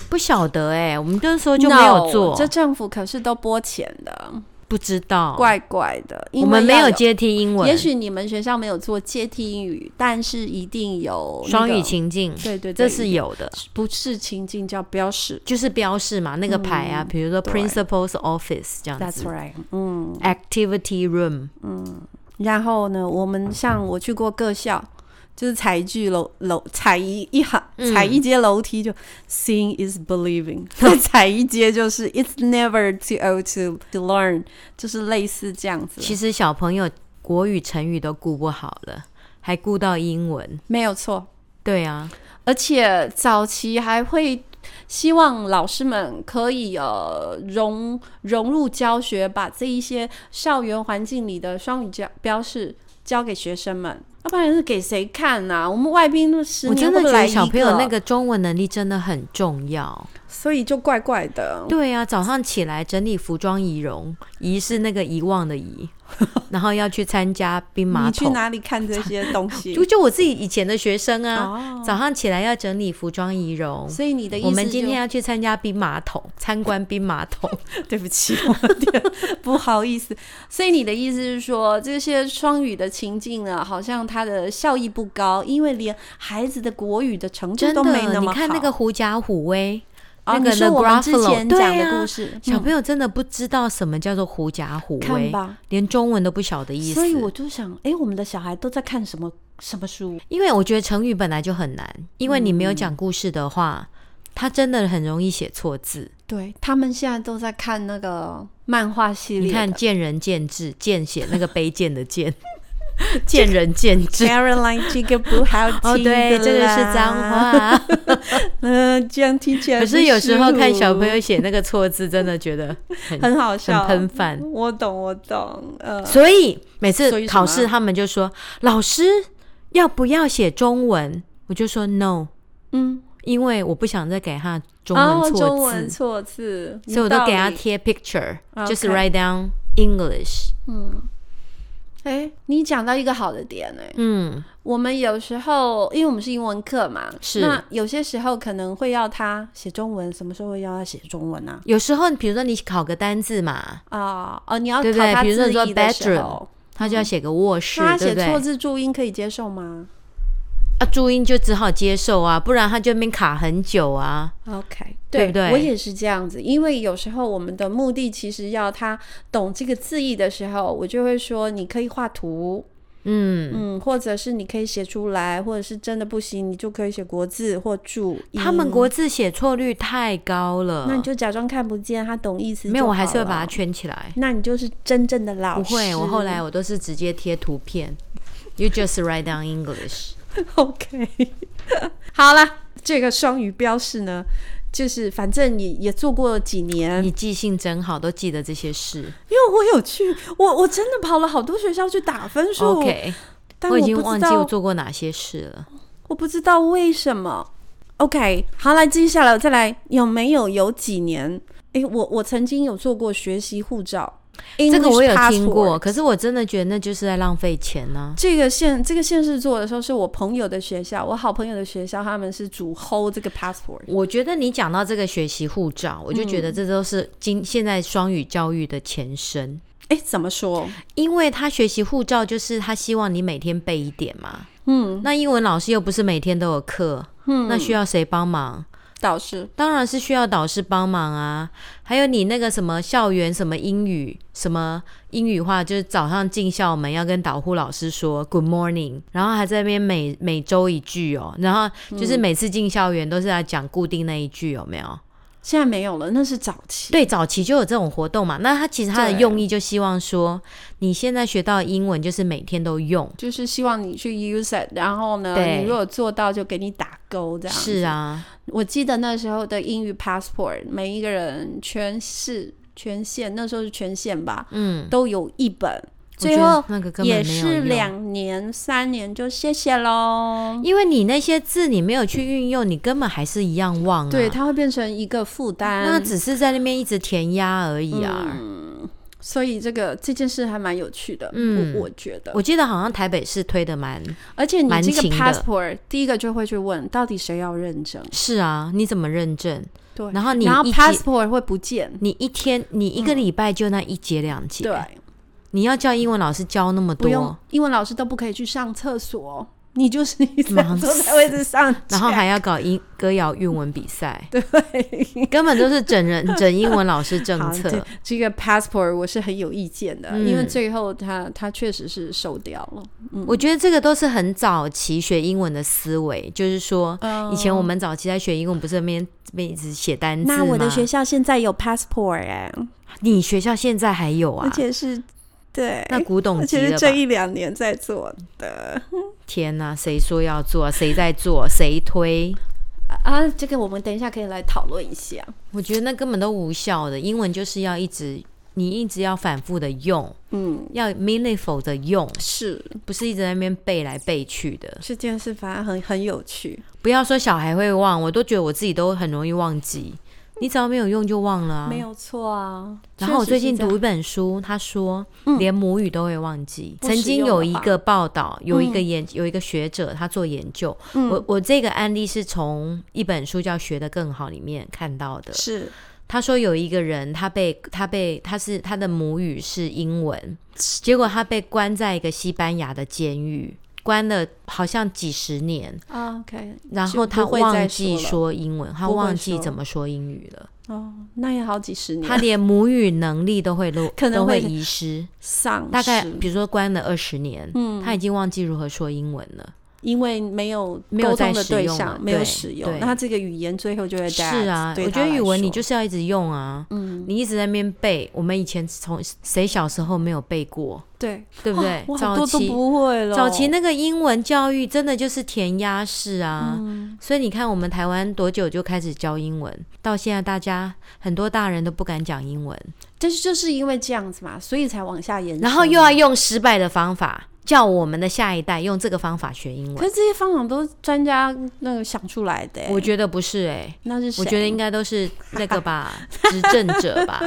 [SPEAKER 2] 不晓得哎、我们那时候就没有
[SPEAKER 1] No，
[SPEAKER 2] 做
[SPEAKER 1] 这政府可是都拨钱的，
[SPEAKER 2] 不知道。
[SPEAKER 1] 怪怪的。因
[SPEAKER 2] 我
[SPEAKER 1] 为
[SPEAKER 2] 们没
[SPEAKER 1] 要有
[SPEAKER 2] 阶梯英文，
[SPEAKER 1] 也许你们学校没有做阶梯英语，但是一定有那
[SPEAKER 2] 双
[SPEAKER 1] 个
[SPEAKER 2] 语。情境，
[SPEAKER 1] 对对对，
[SPEAKER 2] 这是有的，
[SPEAKER 1] 不是情境叫标识
[SPEAKER 2] 就是标示嘛，那个牌啊，比如说
[SPEAKER 1] 对
[SPEAKER 2] principal's office 这
[SPEAKER 1] 嗯
[SPEAKER 2] 样
[SPEAKER 1] ？That's
[SPEAKER 2] 子
[SPEAKER 1] right。嗯。
[SPEAKER 2] ，activity room，
[SPEAKER 1] 然后呢，我们像我去过各校，就是踩一句楼楼踩一一行
[SPEAKER 2] 嗯
[SPEAKER 1] 踩一阶楼梯就、seeing is believing，再 踩一阶就是 it's never too old to to learn，就是类似这样子，
[SPEAKER 2] 其实小朋友国语、成语都顾不好了，还顾到英文。
[SPEAKER 1] 没有错。
[SPEAKER 2] 对啊，
[SPEAKER 1] 而且早期还会希望老师们可以呃融融入教学，把这一些校园环境里的双语教标示教给学生们，要不然是给谁看呐、我们外宾都十
[SPEAKER 2] 我
[SPEAKER 1] 年
[SPEAKER 2] 真
[SPEAKER 1] 会
[SPEAKER 2] 的
[SPEAKER 1] 不会
[SPEAKER 2] 觉
[SPEAKER 1] 来
[SPEAKER 2] 得
[SPEAKER 1] 一
[SPEAKER 2] 小朋友那，个中文能力真的很重要。
[SPEAKER 1] 所以就怪怪的。
[SPEAKER 2] 对啊，早上起来整理服装仪容，仪是那个遗忘 的遗，然后要去参加兵马
[SPEAKER 1] 你去
[SPEAKER 2] 桶。
[SPEAKER 1] 哪里看这些东西
[SPEAKER 2] 就？就我自己以前的学生啊，
[SPEAKER 1] 哦，
[SPEAKER 2] 早上起来要整理服装仪容。
[SPEAKER 1] 所以你的意思
[SPEAKER 2] 我
[SPEAKER 1] 就
[SPEAKER 2] 们今天要去参加兵马桶，参观兵马桶。
[SPEAKER 1] 对不起，我有点不好意思。所以你的意思是说，这些双语的情境呢，好像它的效益不高，因为连孩子的国语的程度
[SPEAKER 2] 真
[SPEAKER 1] 都
[SPEAKER 2] 的
[SPEAKER 1] 没，那
[SPEAKER 2] 你
[SPEAKER 1] 么好。
[SPEAKER 2] 看那个狐假虎威，
[SPEAKER 1] 哦
[SPEAKER 2] 那个
[SPEAKER 1] 你说
[SPEAKER 2] The
[SPEAKER 1] 我们之
[SPEAKER 2] Gruffalo，
[SPEAKER 1] 前
[SPEAKER 2] 对
[SPEAKER 1] 讲
[SPEAKER 2] 啊
[SPEAKER 1] 的故事，
[SPEAKER 2] 小
[SPEAKER 1] 友
[SPEAKER 2] 朋友真的不知道什么叫做狐假虎
[SPEAKER 1] 看
[SPEAKER 2] 威，
[SPEAKER 1] 吧。
[SPEAKER 2] 连中文都不晓得意思。
[SPEAKER 1] 所以我就想，哎，我们的小孩都在看什么什么书？
[SPEAKER 2] 因为我觉得成语本来就很难，因为你没有讲故事的
[SPEAKER 1] 嗯
[SPEAKER 2] 话，它真的很容易写错字。
[SPEAKER 1] 对他们现在都在看那个漫画系列的。
[SPEAKER 2] 你看见仁见智，见血那个卑贱的贱， 见仁见 智。
[SPEAKER 1] Caroline 这个不好听
[SPEAKER 2] 哦，
[SPEAKER 1] 的
[SPEAKER 2] 对，这个是
[SPEAKER 1] 啦
[SPEAKER 2] 脏。话。
[SPEAKER 1] 嗯，这样听起来
[SPEAKER 2] 可是有时候看小朋
[SPEAKER 1] 友
[SPEAKER 2] 友写那个错字，真的觉得
[SPEAKER 1] 很好笑，
[SPEAKER 2] 很喷饭。
[SPEAKER 1] 我懂，我懂。呃，
[SPEAKER 2] 所以每
[SPEAKER 1] 所
[SPEAKER 2] 次
[SPEAKER 1] 以什
[SPEAKER 2] 考
[SPEAKER 1] 么
[SPEAKER 2] 试，他们就说：“老师要不要写中文？”我就说：“No，
[SPEAKER 1] 嗯，
[SPEAKER 2] 因为我不想再给他中
[SPEAKER 1] 哦，
[SPEAKER 2] 文
[SPEAKER 1] 中
[SPEAKER 2] 错
[SPEAKER 1] 文
[SPEAKER 2] 字，
[SPEAKER 1] 错字，
[SPEAKER 2] 所以我都给他
[SPEAKER 1] 有道理
[SPEAKER 2] 贴 picture，就是
[SPEAKER 1] OK
[SPEAKER 2] write down English。”
[SPEAKER 1] 嗯，哎，你讲到一个好的点哎、
[SPEAKER 2] 嗯，
[SPEAKER 1] 我们有时候因为我们是英文课嘛，
[SPEAKER 2] 是
[SPEAKER 1] 那有些时候可能会要他写中文，什么时候会要他写中文啊？
[SPEAKER 2] 有时候比如说你考个单字嘛，
[SPEAKER 1] 啊、哦，你要考
[SPEAKER 2] 对不对
[SPEAKER 1] 他
[SPEAKER 2] 比如说
[SPEAKER 1] 字
[SPEAKER 2] 你说
[SPEAKER 1] 义的时候，
[SPEAKER 2] 他就要写个卧室，
[SPEAKER 1] 那嗯他
[SPEAKER 2] 对
[SPEAKER 1] 写
[SPEAKER 2] 不对？
[SPEAKER 1] 错字注音可以接受吗
[SPEAKER 2] 啊，注音就只好接受啊，不然他就那边卡很久啊。
[SPEAKER 1] ？OK，
[SPEAKER 2] 对不对
[SPEAKER 1] 我也是这样子，因为有时候我们的目的其实要他懂这个字义的时候，我就会说你可以画图，
[SPEAKER 2] 嗯，
[SPEAKER 1] 嗯，或者是你可以写出来，或者是真的不行，你就可以写国字或注音。
[SPEAKER 2] 他们国字写错率太高
[SPEAKER 1] 嗯
[SPEAKER 2] 了，
[SPEAKER 1] 那你就假装看不见，他懂意思
[SPEAKER 2] 没有，
[SPEAKER 1] 就
[SPEAKER 2] 我还
[SPEAKER 1] 好
[SPEAKER 2] 是会把它
[SPEAKER 1] 了。
[SPEAKER 2] 圈起来。
[SPEAKER 1] 那你就是真正的老
[SPEAKER 2] 不
[SPEAKER 1] 师。
[SPEAKER 2] 会，我后来我都是直接贴图片。You just write down English。
[SPEAKER 1] OK，好了，这个双语标示呢，就是反正也也做过几年，
[SPEAKER 2] 你记性真好，都记得这些事。
[SPEAKER 1] 因为我有去，我我真的跑了好多学校去打分数
[SPEAKER 2] OK，
[SPEAKER 1] 但
[SPEAKER 2] 我
[SPEAKER 1] 我
[SPEAKER 2] 已经
[SPEAKER 1] 不
[SPEAKER 2] 忘
[SPEAKER 1] 知
[SPEAKER 2] 记
[SPEAKER 1] 道
[SPEAKER 2] 我做过哪些事了。
[SPEAKER 1] 我不知道为什么。OK，好，来接下来我再来，有没有有几年？诶，我我曾经有做过学习护照，
[SPEAKER 2] 这个我有
[SPEAKER 1] English
[SPEAKER 2] 听过，
[SPEAKER 1] passport
[SPEAKER 2] 可是我真的觉得那就是在浪费钱呢、
[SPEAKER 1] 这个县这个县市做的时候，是我朋友的学校，我好朋友的学校，他们是主 hold 这个 passport。
[SPEAKER 2] 我觉得你讲到这个学习护照，我就觉
[SPEAKER 1] 嗯
[SPEAKER 2] 得这都是今现在双语教育的前身，
[SPEAKER 1] 哎，怎么说？
[SPEAKER 2] 因为他学习护照就是他希望你每天背一点嘛。
[SPEAKER 1] 嗯，
[SPEAKER 2] 那英文老师又不是每天都有课，
[SPEAKER 1] 嗯
[SPEAKER 2] 那需要谁帮忙？
[SPEAKER 1] 导师
[SPEAKER 2] 当然是需要导师帮忙啊。还有你那个什么校园什么英语什么英语话，就是早上进校门要跟导护老师说 Good morning，然后还在那边每每周一句哦，然后就是每次进校园都是要讲固定那一句，有没有？
[SPEAKER 1] 现在没有了，那是早期。
[SPEAKER 2] 对，早期就有这种活动嘛。那他其实他的
[SPEAKER 1] 对
[SPEAKER 2] 用意就希望说，你现在学到的英文就是每天都用。
[SPEAKER 1] 就是希望你去 use it，然后呢，
[SPEAKER 2] 对
[SPEAKER 1] 你如果做到就给你打勾，这样子
[SPEAKER 2] 是。啊，
[SPEAKER 1] 我记得那时候的英语 passport，每一个人全市全县，那时候是全县吧，
[SPEAKER 2] 嗯，
[SPEAKER 1] 都有一本。
[SPEAKER 2] 我
[SPEAKER 1] 最
[SPEAKER 2] 觉得
[SPEAKER 1] 后
[SPEAKER 2] 那个根
[SPEAKER 1] 也
[SPEAKER 2] 本没有
[SPEAKER 1] 是
[SPEAKER 2] 用。
[SPEAKER 1] 两年、三年就谢谢喽。
[SPEAKER 2] 因为你那些字你没有去运用，你根本还是一样忘啊。
[SPEAKER 1] 对，它会变成一个负担。
[SPEAKER 2] 那只是在那边一直填鸭而已啊。
[SPEAKER 1] 嗯所以这个这件事还蛮有趣的，
[SPEAKER 2] 嗯
[SPEAKER 1] 我我觉得。
[SPEAKER 2] 我记得好像台北市推的蛮
[SPEAKER 1] 而且你
[SPEAKER 2] 蛮
[SPEAKER 1] 这个
[SPEAKER 2] 勤的
[SPEAKER 1] passport 第一个就会去问，到底谁要认证？
[SPEAKER 2] 是啊，你怎么认证？
[SPEAKER 1] 对，
[SPEAKER 2] 然后你
[SPEAKER 1] 然后
[SPEAKER 2] 一节
[SPEAKER 1] passport 会不见，
[SPEAKER 2] 你一天你一个礼拜就那一节两节，
[SPEAKER 1] 对，
[SPEAKER 2] 你要叫英文老师教那么
[SPEAKER 1] 不用
[SPEAKER 2] 多，，
[SPEAKER 1] 英文老师都不可以去上厕所，你就是一直
[SPEAKER 2] 忙
[SPEAKER 1] 坐在位置上，
[SPEAKER 2] 然后还要搞英歌谣韵文比赛，
[SPEAKER 1] 对。
[SPEAKER 2] 根本就是整 人整英文老师
[SPEAKER 1] 好
[SPEAKER 2] 政
[SPEAKER 1] 这
[SPEAKER 2] 策。嗯
[SPEAKER 1] 这个 passport 我是很有意见的，因为最后他他确实是收掉了。
[SPEAKER 2] 我觉得这个都是很早期学英文的思维，就是说
[SPEAKER 1] 哦
[SPEAKER 2] 以前我们早期在学英文，不是那边这边一直写单字吗？
[SPEAKER 1] 校现在有 passport 哎、
[SPEAKER 2] 你学校现在还有啊？
[SPEAKER 1] 是对
[SPEAKER 2] 那古董级的吧？
[SPEAKER 1] 一两年在做的
[SPEAKER 2] 天哪、谁说要做？谁在做？谁推？
[SPEAKER 1] 啊，这个我们等一下可以来讨论一下。
[SPEAKER 2] 我觉得那根本都无效的。英文就是要一直，你一直要反复的用，
[SPEAKER 1] 嗯，
[SPEAKER 2] 要 meaningful 的用，
[SPEAKER 1] 是
[SPEAKER 2] 不是一直在那边背来背去的。
[SPEAKER 1] 这件事，反而很很有趣。
[SPEAKER 2] 不要说小孩会忘，我都觉得我自己都很容易忘记。你只要没有用就忘了、啊，
[SPEAKER 1] 没。有错啊。
[SPEAKER 2] 然后我最近
[SPEAKER 1] 确实
[SPEAKER 2] 读
[SPEAKER 1] 是
[SPEAKER 2] 一本书，他说
[SPEAKER 1] 嗯
[SPEAKER 2] 连母语都会忘记。
[SPEAKER 1] 不
[SPEAKER 2] 曾
[SPEAKER 1] 实
[SPEAKER 2] 经
[SPEAKER 1] 用嗯
[SPEAKER 2] 有
[SPEAKER 1] 的
[SPEAKER 2] 一
[SPEAKER 1] 话
[SPEAKER 2] 个报道，有一个研、有一个学者他做研究，
[SPEAKER 1] 嗯
[SPEAKER 2] 我我这个案例是从一本书叫《学得更好》里面看到的
[SPEAKER 1] 这样。是
[SPEAKER 2] 他说有一个人，他被他被他是他的母语是英文，结果他被关在一个西班牙的监狱，关了好像几十年，
[SPEAKER 1] 啊，OK，
[SPEAKER 2] 然后
[SPEAKER 1] 就不
[SPEAKER 2] 他
[SPEAKER 1] 会再
[SPEAKER 2] 忘
[SPEAKER 1] 说
[SPEAKER 2] 记
[SPEAKER 1] 了
[SPEAKER 2] 说英文，他
[SPEAKER 1] 不会
[SPEAKER 2] 忘记
[SPEAKER 1] 说
[SPEAKER 2] 怎么说英语了，
[SPEAKER 1] 哦，那也好几十年，
[SPEAKER 2] 他连母语能力都会落，
[SPEAKER 1] 可能
[SPEAKER 2] 都会
[SPEAKER 1] 会
[SPEAKER 2] 遗失。
[SPEAKER 1] 丧
[SPEAKER 2] 大概
[SPEAKER 1] 失嗯
[SPEAKER 2] 比如说关了二十年，他已经忘记如何说英文了。
[SPEAKER 1] 因为没有
[SPEAKER 2] 没有
[SPEAKER 1] 沟
[SPEAKER 2] 再
[SPEAKER 1] 通的
[SPEAKER 2] 使
[SPEAKER 1] 对
[SPEAKER 2] 用了
[SPEAKER 1] 象，没有
[SPEAKER 2] 对
[SPEAKER 1] 使用
[SPEAKER 2] 对，
[SPEAKER 1] 那这个语言最后就会
[SPEAKER 2] 是
[SPEAKER 1] dead
[SPEAKER 2] 啊，
[SPEAKER 1] 对
[SPEAKER 2] 我
[SPEAKER 1] 他
[SPEAKER 2] 觉得
[SPEAKER 1] 来
[SPEAKER 2] 语文你
[SPEAKER 1] 说嗯
[SPEAKER 2] 就是要一直用啊，你一直在那边背。我们以前从谁小时候没有背 过，
[SPEAKER 1] 对
[SPEAKER 2] 对不
[SPEAKER 1] 哇
[SPEAKER 2] 对
[SPEAKER 1] 我？好
[SPEAKER 2] 早
[SPEAKER 1] 多都
[SPEAKER 2] 期
[SPEAKER 1] 不会哦了。
[SPEAKER 2] 早期那个英文教育真的就是填鸭式啊，
[SPEAKER 1] 嗯
[SPEAKER 2] 所以你看我们台湾多久就开始教英文，到现在大家很多大人都不敢讲英文，
[SPEAKER 1] 但是就是因为这样子嘛，所以才往下延伸。
[SPEAKER 2] 然后又要用失败的方法。叫我们的下一代用这个方法学英
[SPEAKER 1] 可
[SPEAKER 2] 文。
[SPEAKER 1] 是这些方法都是专家那个想出来的、欸，
[SPEAKER 2] 我觉得不是哎、
[SPEAKER 1] 那是谁
[SPEAKER 2] 我觉得应该都是那个吧，执政者吧。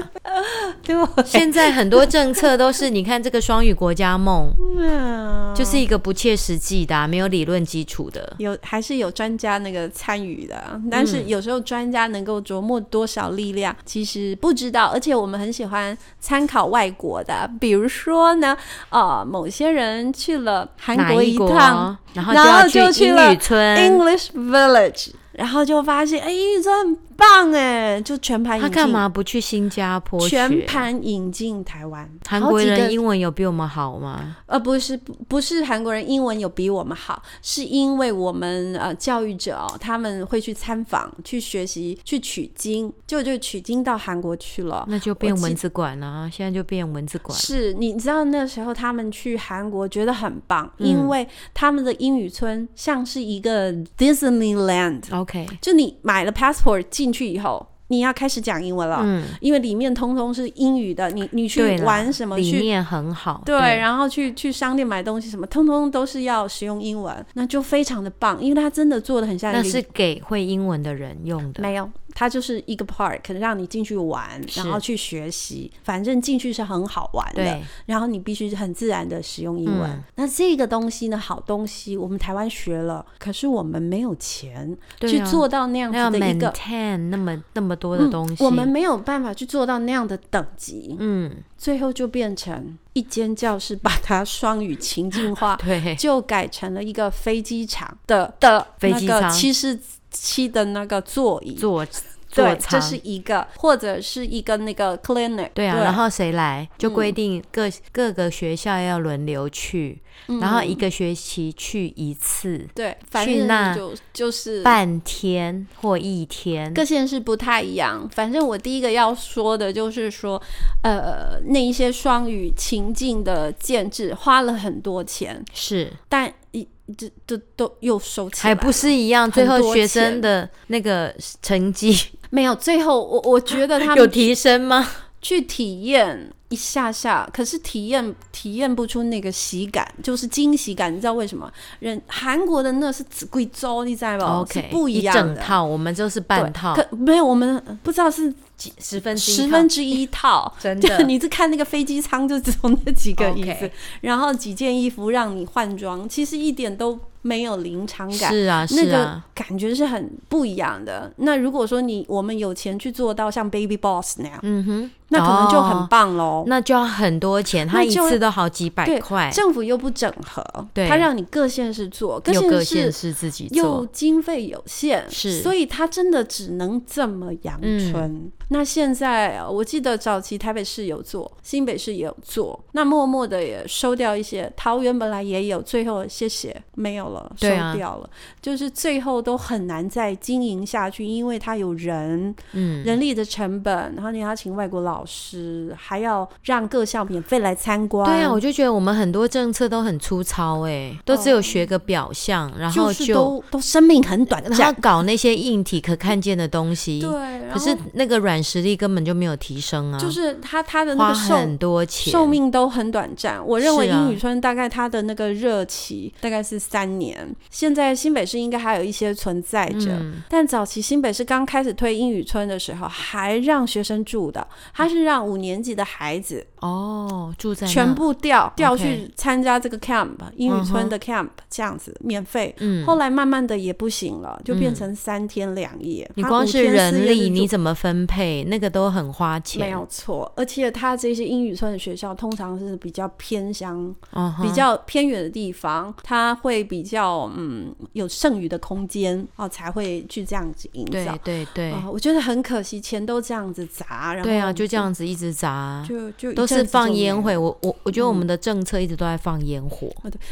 [SPEAKER 1] 对我
[SPEAKER 2] 现在很多政策都是，你看这个双语国 家梦，
[SPEAKER 1] 嗯
[SPEAKER 2] 就是一个不切实际的啊、没有理论基础的。
[SPEAKER 1] 有还是有专家那个参与的啊，但是有时候专家能够琢磨多少力量，其实不知道。而且我们很喜欢参考外国的，比如说呢，呃，某些人去了韩
[SPEAKER 2] 哪
[SPEAKER 1] 国
[SPEAKER 2] 一国
[SPEAKER 1] 趟，，
[SPEAKER 2] 然后
[SPEAKER 1] 然后
[SPEAKER 2] 就要
[SPEAKER 1] 就
[SPEAKER 2] 去
[SPEAKER 1] 去
[SPEAKER 2] 英
[SPEAKER 1] 了
[SPEAKER 2] 语村，
[SPEAKER 1] English Village，然后就发现，哎，这很棒哎，就全盘引
[SPEAKER 2] 他
[SPEAKER 1] 进。
[SPEAKER 2] 干？嘛不去新加坡学？
[SPEAKER 1] 全盘引进台湾，
[SPEAKER 2] 韩国
[SPEAKER 1] 好几
[SPEAKER 2] 人
[SPEAKER 1] 个
[SPEAKER 2] 英文有比我们好吗？
[SPEAKER 1] 呃，不是，不不是韩国人英文有比我们好，是因为我们呃教育者哦，他们会去参访、去学习、去取经，就就取经到韩国去了。
[SPEAKER 2] 那就变
[SPEAKER 1] 哦记
[SPEAKER 2] 文字馆啦、现在就变文字馆。
[SPEAKER 1] 是你知道那时候他们去韩国觉得很棒，
[SPEAKER 2] 嗯
[SPEAKER 1] 因为他们的英语村像是一个 Disneyland，
[SPEAKER 2] OK，
[SPEAKER 1] 就你买了 passport 进去以后，你要开始讲英文了，
[SPEAKER 2] 嗯，
[SPEAKER 1] 因为里面通通是英语的，你你去
[SPEAKER 2] 对啦
[SPEAKER 1] 玩什么
[SPEAKER 2] 理
[SPEAKER 1] 去
[SPEAKER 2] 念很好。
[SPEAKER 1] 对，然后去去商店买东西什么，通通都是要使用英文，那就非常的棒，因为它真的做的很像一个
[SPEAKER 2] 那是给会英文的人用的。
[SPEAKER 1] 没有，它就是一个 part，可能让你进去玩，
[SPEAKER 2] 是
[SPEAKER 1] 然后去学习，反正进去是很好玩的，
[SPEAKER 2] 对，
[SPEAKER 1] 然后你必须很自然的使用英文。
[SPEAKER 2] 嗯
[SPEAKER 1] 那这个东西呢，好东西，我们台湾学了，可是我们没有钱、
[SPEAKER 2] 对
[SPEAKER 1] 去
[SPEAKER 2] 啊
[SPEAKER 1] 做到那样
[SPEAKER 2] 那要
[SPEAKER 1] 子的一个。
[SPEAKER 2] maintain 那么那么多的东西。
[SPEAKER 1] 嗯我们没有办法去做到那样的等级，
[SPEAKER 2] 嗯，
[SPEAKER 1] 最后就变成一间教室把它双语情境化，
[SPEAKER 2] 对，
[SPEAKER 1] 就改成了一个飞机场的的
[SPEAKER 2] 飞机
[SPEAKER 1] 那个
[SPEAKER 2] 舱
[SPEAKER 1] 七十七的那个座椅，
[SPEAKER 2] 做
[SPEAKER 1] 对
[SPEAKER 2] 做，
[SPEAKER 1] 这
[SPEAKER 2] 仓。
[SPEAKER 1] 是一个，或者是一个那个 cleaner，
[SPEAKER 2] 对啊，然后谁来就
[SPEAKER 1] 嗯
[SPEAKER 2] 规定各、各个学校要轮流去，
[SPEAKER 1] 嗯
[SPEAKER 2] 然后一个学期去一次，
[SPEAKER 1] 对，反
[SPEAKER 2] 去那
[SPEAKER 1] 正就就是
[SPEAKER 2] 半天或一天。
[SPEAKER 1] 各县市不太一样。反正我第一个要说的就是说，呃，那一些双语情境的建制花了很多钱，
[SPEAKER 2] 是，
[SPEAKER 1] 但一这这都又收起来
[SPEAKER 2] 还
[SPEAKER 1] 了，
[SPEAKER 2] 不是一样？最
[SPEAKER 1] 很
[SPEAKER 2] 后
[SPEAKER 1] 多
[SPEAKER 2] 学生
[SPEAKER 1] 钱
[SPEAKER 2] 的那个成绩
[SPEAKER 1] 没有。最后我我觉 得他们
[SPEAKER 2] 有提升吗？
[SPEAKER 1] 去体验一下下，可是体验体验不出那个喜感，就是惊喜感。你知道为什么？人韩国的那是只贵州，你知道吧
[SPEAKER 2] OK，
[SPEAKER 1] 哦是不
[SPEAKER 2] 一
[SPEAKER 1] 样
[SPEAKER 2] 整
[SPEAKER 1] 的。
[SPEAKER 2] 套，我们就是半
[SPEAKER 1] 对
[SPEAKER 2] 套，
[SPEAKER 1] 可没有，我们不知道是
[SPEAKER 2] 几十分之一
[SPEAKER 1] 十
[SPEAKER 2] 套
[SPEAKER 1] 分之一套，
[SPEAKER 2] 真
[SPEAKER 1] 就
[SPEAKER 2] 的
[SPEAKER 1] 你是看那个飞机舱，就只有那几个椅子
[SPEAKER 2] OK
[SPEAKER 1] 然后几件衣服让你换装，其实一点都没有临场感。
[SPEAKER 2] 是啊
[SPEAKER 1] 那
[SPEAKER 2] 是
[SPEAKER 1] 个
[SPEAKER 2] 啊，
[SPEAKER 1] 感觉是很不一样的。那如果说你我们有钱去做到像 Baby Boss 那样，
[SPEAKER 2] 嗯哼，
[SPEAKER 1] 那可能就很
[SPEAKER 2] 哦
[SPEAKER 1] 棒喽。
[SPEAKER 2] 那就要很多钱，他
[SPEAKER 1] 那
[SPEAKER 2] 一
[SPEAKER 1] 就
[SPEAKER 2] 次都好几百
[SPEAKER 1] 对
[SPEAKER 2] 块，
[SPEAKER 1] 政府又不整合，
[SPEAKER 2] 对
[SPEAKER 1] 他让你各县市做，各
[SPEAKER 2] 又各县
[SPEAKER 1] 市
[SPEAKER 2] 市自己
[SPEAKER 1] 又
[SPEAKER 2] 做，
[SPEAKER 1] 经费有限，
[SPEAKER 2] 是嗯
[SPEAKER 1] 所以他真的只能这么阳春。那现在呃我记得早期台北市有做，新北市也有做，那默默的也收掉一些，桃园本来也有，最后谢谢没有了，收
[SPEAKER 2] 对啊
[SPEAKER 1] 掉了，就是最后都很难再经营下去，因为它有人
[SPEAKER 2] 嗯，
[SPEAKER 1] 人力的成本，然后你还要请外国老师，还要让各校免费来参观，
[SPEAKER 2] 对啊，我就觉得我们很多政策都很粗糙，哎，都只有学个表象，然后
[SPEAKER 1] 哦是
[SPEAKER 2] 就
[SPEAKER 1] 都都生命很短
[SPEAKER 2] 然后
[SPEAKER 1] 暂，
[SPEAKER 2] 搞那些硬体可看见的东西，
[SPEAKER 1] 对，啊
[SPEAKER 2] 可是嗯那个软实力根本就没有提升啊，
[SPEAKER 1] 就是他他的那
[SPEAKER 2] 花
[SPEAKER 1] 个寿
[SPEAKER 2] 很多钱，
[SPEAKER 1] 寿命都很短暂。我认为
[SPEAKER 2] 是啊
[SPEAKER 1] 英语村大概它的那个热期大概是三年，现在新北市应该还有一些存在着。
[SPEAKER 2] 嗯，
[SPEAKER 1] 但早期新北市刚开始推英语村的时候，还让学生住的，他是让五年级的孩子
[SPEAKER 2] 哦，住在那
[SPEAKER 1] 全，部调调
[SPEAKER 2] OK
[SPEAKER 1] 去参加这个 camp 英语
[SPEAKER 2] 嗯哼
[SPEAKER 1] 村的 camp，、这样子免费。
[SPEAKER 2] 嗯，
[SPEAKER 1] 后来慢慢的也不行了，就变
[SPEAKER 2] 嗯
[SPEAKER 1] 成三天两夜。
[SPEAKER 2] 你
[SPEAKER 1] 他
[SPEAKER 2] 光
[SPEAKER 1] 五
[SPEAKER 2] 是
[SPEAKER 1] 天四
[SPEAKER 2] 人
[SPEAKER 1] 夜
[SPEAKER 2] 力
[SPEAKER 1] 是
[SPEAKER 2] 你
[SPEAKER 1] 住
[SPEAKER 2] 怎么分配，那个都很花钱，
[SPEAKER 1] 没有错，而且它这些英语村的学校通常是比较偏乡、
[SPEAKER 2] 嗯哼，
[SPEAKER 1] 比较偏远的地方，它会比较嗯有剩余的空间哦，才会去这样子营
[SPEAKER 2] 对
[SPEAKER 1] 造。
[SPEAKER 2] 对对、
[SPEAKER 1] 啊、我觉得很可惜，钱都这样子砸，然后
[SPEAKER 2] 对啊，就这样子一直砸，啊
[SPEAKER 1] 就就一
[SPEAKER 2] 都
[SPEAKER 1] 阵
[SPEAKER 2] 是
[SPEAKER 1] 子
[SPEAKER 2] 放
[SPEAKER 1] 就没
[SPEAKER 2] 烟
[SPEAKER 1] 了嗯哦
[SPEAKER 2] 火。我我我觉得我们的政策一直都在放烟火，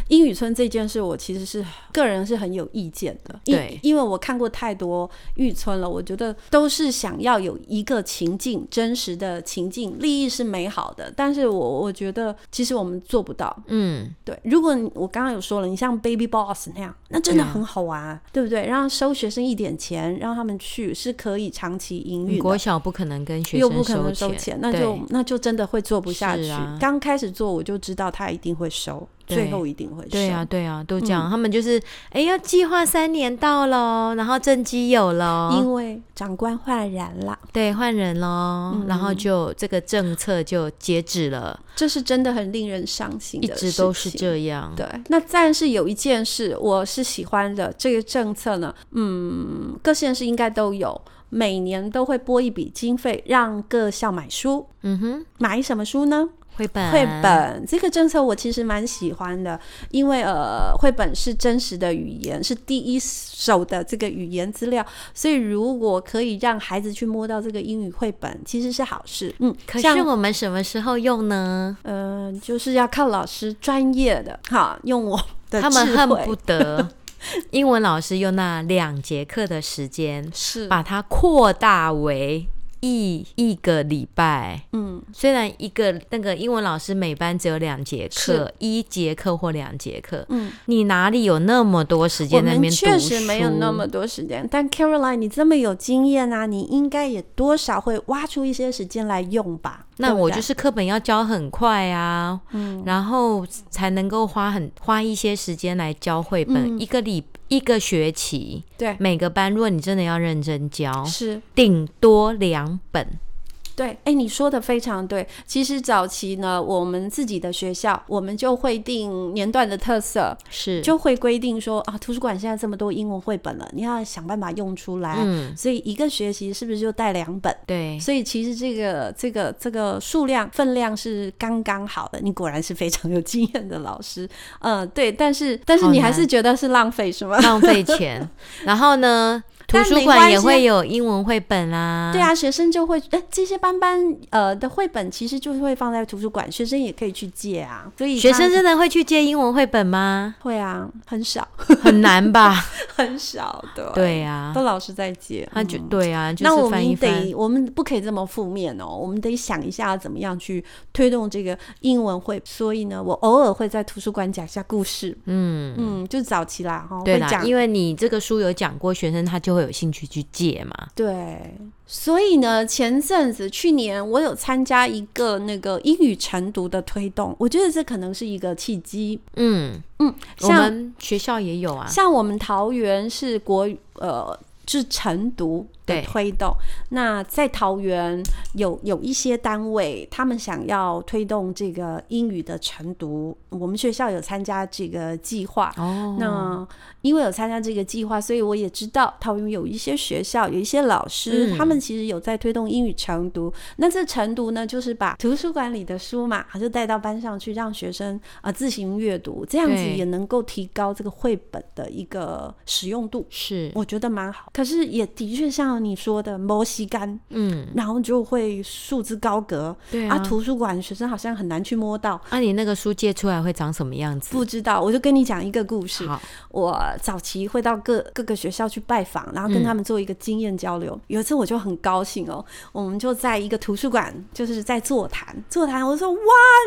[SPEAKER 1] 英语村这件事，我其实是个人是很有意见的，因
[SPEAKER 2] 对
[SPEAKER 1] 因为我看过太多玉村了，我觉得都是想要有一个情境，真实的情境，利益是美好的，但是我我觉得其实我们做不到。
[SPEAKER 2] 嗯，
[SPEAKER 1] 对，如果你我刚刚有说了，你像 Baby Boss 那样，那真的
[SPEAKER 2] 对啊
[SPEAKER 1] 很好玩、啊，对不对？让收学生一点钱，让他们去是可以长期营运
[SPEAKER 2] 国
[SPEAKER 1] 的。
[SPEAKER 2] 小不可能跟学
[SPEAKER 1] 又不
[SPEAKER 2] 生
[SPEAKER 1] 可能
[SPEAKER 2] 收
[SPEAKER 1] 收收钱，那就
[SPEAKER 2] 对
[SPEAKER 1] 那就真的会做不下去
[SPEAKER 2] 是啊。
[SPEAKER 1] 刚、开始做，我就知道他一定会收，
[SPEAKER 2] 对
[SPEAKER 1] 最后一定会收。
[SPEAKER 2] 对啊，对
[SPEAKER 1] 嗯
[SPEAKER 2] 啊，都这样。他们就是，哎、要计划三年到喽，然后正机有喽，
[SPEAKER 1] 因为长官换人了，
[SPEAKER 2] 对，换人喽，
[SPEAKER 1] 嗯
[SPEAKER 2] 然后就这个政策就截止了，
[SPEAKER 1] 这是真的很令人伤心
[SPEAKER 2] 一
[SPEAKER 1] 的事情。
[SPEAKER 2] 直都是这样。
[SPEAKER 1] 对，那但是有一件事我是喜欢的，这个政策呢，嗯，各县市应该都有，每年都会拨一笔经费让各校买书。
[SPEAKER 2] 嗯哼，
[SPEAKER 1] 买什么书呢？
[SPEAKER 2] 绘本，
[SPEAKER 1] 绘，本这个政策我其实蛮喜欢的，因为呃，绘本是真实的语言，是第一手的这个语言资料，所以如果可以让孩子去摸到这个英语绘本，其实是好事。嗯，
[SPEAKER 2] 可
[SPEAKER 1] 像
[SPEAKER 2] 是我们什么时候用呢？
[SPEAKER 1] 嗯、就是要靠老师专业的哈，用我的
[SPEAKER 2] 他们
[SPEAKER 1] 呃智
[SPEAKER 2] 恨
[SPEAKER 1] 慧
[SPEAKER 2] 不 得英文老师用那两节课的时间，
[SPEAKER 1] 是
[SPEAKER 2] 把它扩大为一一个礼拜。
[SPEAKER 1] 嗯，
[SPEAKER 2] 虽然一个那个英文老师每班只有两节课
[SPEAKER 1] 是，
[SPEAKER 2] 一节课或两节课，
[SPEAKER 1] 嗯，
[SPEAKER 2] 你哪里有那么多时
[SPEAKER 1] 我
[SPEAKER 2] 间在那
[SPEAKER 1] 们
[SPEAKER 2] 边读书？
[SPEAKER 1] 确实没有那么多时间，但 Caroline，你这么有经验啊，你应该也多少会挖出一些时间来用吧？
[SPEAKER 2] 那
[SPEAKER 1] 对不
[SPEAKER 2] 我
[SPEAKER 1] 对嗯
[SPEAKER 2] 就是课本要教很快啊，然后才能够花很花一些时间来教绘
[SPEAKER 1] 嗯
[SPEAKER 2] 本，一个礼一个学期，
[SPEAKER 1] 对，
[SPEAKER 2] 每个班如果你真的要认真教，
[SPEAKER 1] 是
[SPEAKER 2] 顶多两本。
[SPEAKER 1] 对。哎，你说的非常对。其实早期呢，我们自己的学校，我们就会定年段的特色，
[SPEAKER 2] 是，
[SPEAKER 1] 就会规定说啊，图书馆现在这么多英文绘本了，你要想办法用出来。
[SPEAKER 2] 嗯，
[SPEAKER 1] 所以一个学期是不是就带两本？
[SPEAKER 2] 对，
[SPEAKER 1] 所以其实这个这个这个数量分量是刚刚好的，你果然是非常有经验的老师，嗯，对，但是但是
[SPEAKER 2] 好
[SPEAKER 1] 你还
[SPEAKER 2] 难
[SPEAKER 1] 是觉得是浪费 是吗？
[SPEAKER 2] 浪费钱。然后呢，图
[SPEAKER 1] 但
[SPEAKER 2] 书
[SPEAKER 1] 没关
[SPEAKER 2] 馆也
[SPEAKER 1] 系
[SPEAKER 2] 会有英文绘本啦、
[SPEAKER 1] 对，啊，学生就会，哎、这些班班呃的绘本其实就会放在图书馆，学生也可以去借啊，所以
[SPEAKER 2] 学
[SPEAKER 1] 他？
[SPEAKER 2] 生真的会去借英文绘本吗
[SPEAKER 1] 会啊，很少
[SPEAKER 2] 很难吧？
[SPEAKER 1] 很少的，
[SPEAKER 2] 对啊
[SPEAKER 1] 都，老师在借，
[SPEAKER 2] 他就
[SPEAKER 1] 嗯
[SPEAKER 2] 对啊，就
[SPEAKER 1] 那我
[SPEAKER 2] 是翻一
[SPEAKER 1] 们
[SPEAKER 2] 翻
[SPEAKER 1] 得，。我们不可以这么负面哦，我们得想一下怎么样去推动这个英文会。所以呢，我偶尔会在图书馆讲一下故事，
[SPEAKER 2] 嗯，
[SPEAKER 1] 嗯，就早期啦，哈，
[SPEAKER 2] 对
[SPEAKER 1] 会
[SPEAKER 2] 啦，
[SPEAKER 1] 讲
[SPEAKER 2] 因为你这个书有讲过，学生他就会有兴趣去借嘛。
[SPEAKER 1] 对。所以呢，前阵子去年我有参加一个那个英语晨读的推动，我觉得这可能是一个契机。
[SPEAKER 2] 嗯，
[SPEAKER 1] 嗯，
[SPEAKER 2] 我
[SPEAKER 1] 像
[SPEAKER 2] 们学校也有啊。
[SPEAKER 1] 像我们桃园是国语呃是晨读的
[SPEAKER 2] 对
[SPEAKER 1] 推动，那在桃园有有一些单位，他们想要推动这个英语的晨读，我们学校有参加这个计划。
[SPEAKER 2] 哦，
[SPEAKER 1] 那因为有参加这个计划，所以我也知道桃园有一些学校、有一些老师，
[SPEAKER 2] 嗯
[SPEAKER 1] 他们其实有在推动英语晨读。那这晨读呢，就是把图书馆里的书嘛，就带到班上去，让学生啊、呃自行阅读，这样子
[SPEAKER 2] 对
[SPEAKER 1] 也能够提高这个绘本的一个使用度。
[SPEAKER 2] 是，
[SPEAKER 1] 我觉得蛮好，可是也的确像你说的，摸吸干，
[SPEAKER 2] 嗯，
[SPEAKER 1] 然后就会束之高阁
[SPEAKER 2] 对
[SPEAKER 1] 啊。
[SPEAKER 2] 啊。
[SPEAKER 1] 图书馆学生好像很难去摸到，
[SPEAKER 2] 啊，你那个书借出来会长什么样子？
[SPEAKER 1] 不知道。我就跟你讲一个故事，
[SPEAKER 2] 好，
[SPEAKER 1] 我早期会到各各个学校去拜访，然后跟
[SPEAKER 2] 嗯
[SPEAKER 1] 他们做一个经验交流。有一次我就很高兴哦，我们就在一个图书馆，就是在座谈座谈。我说哇，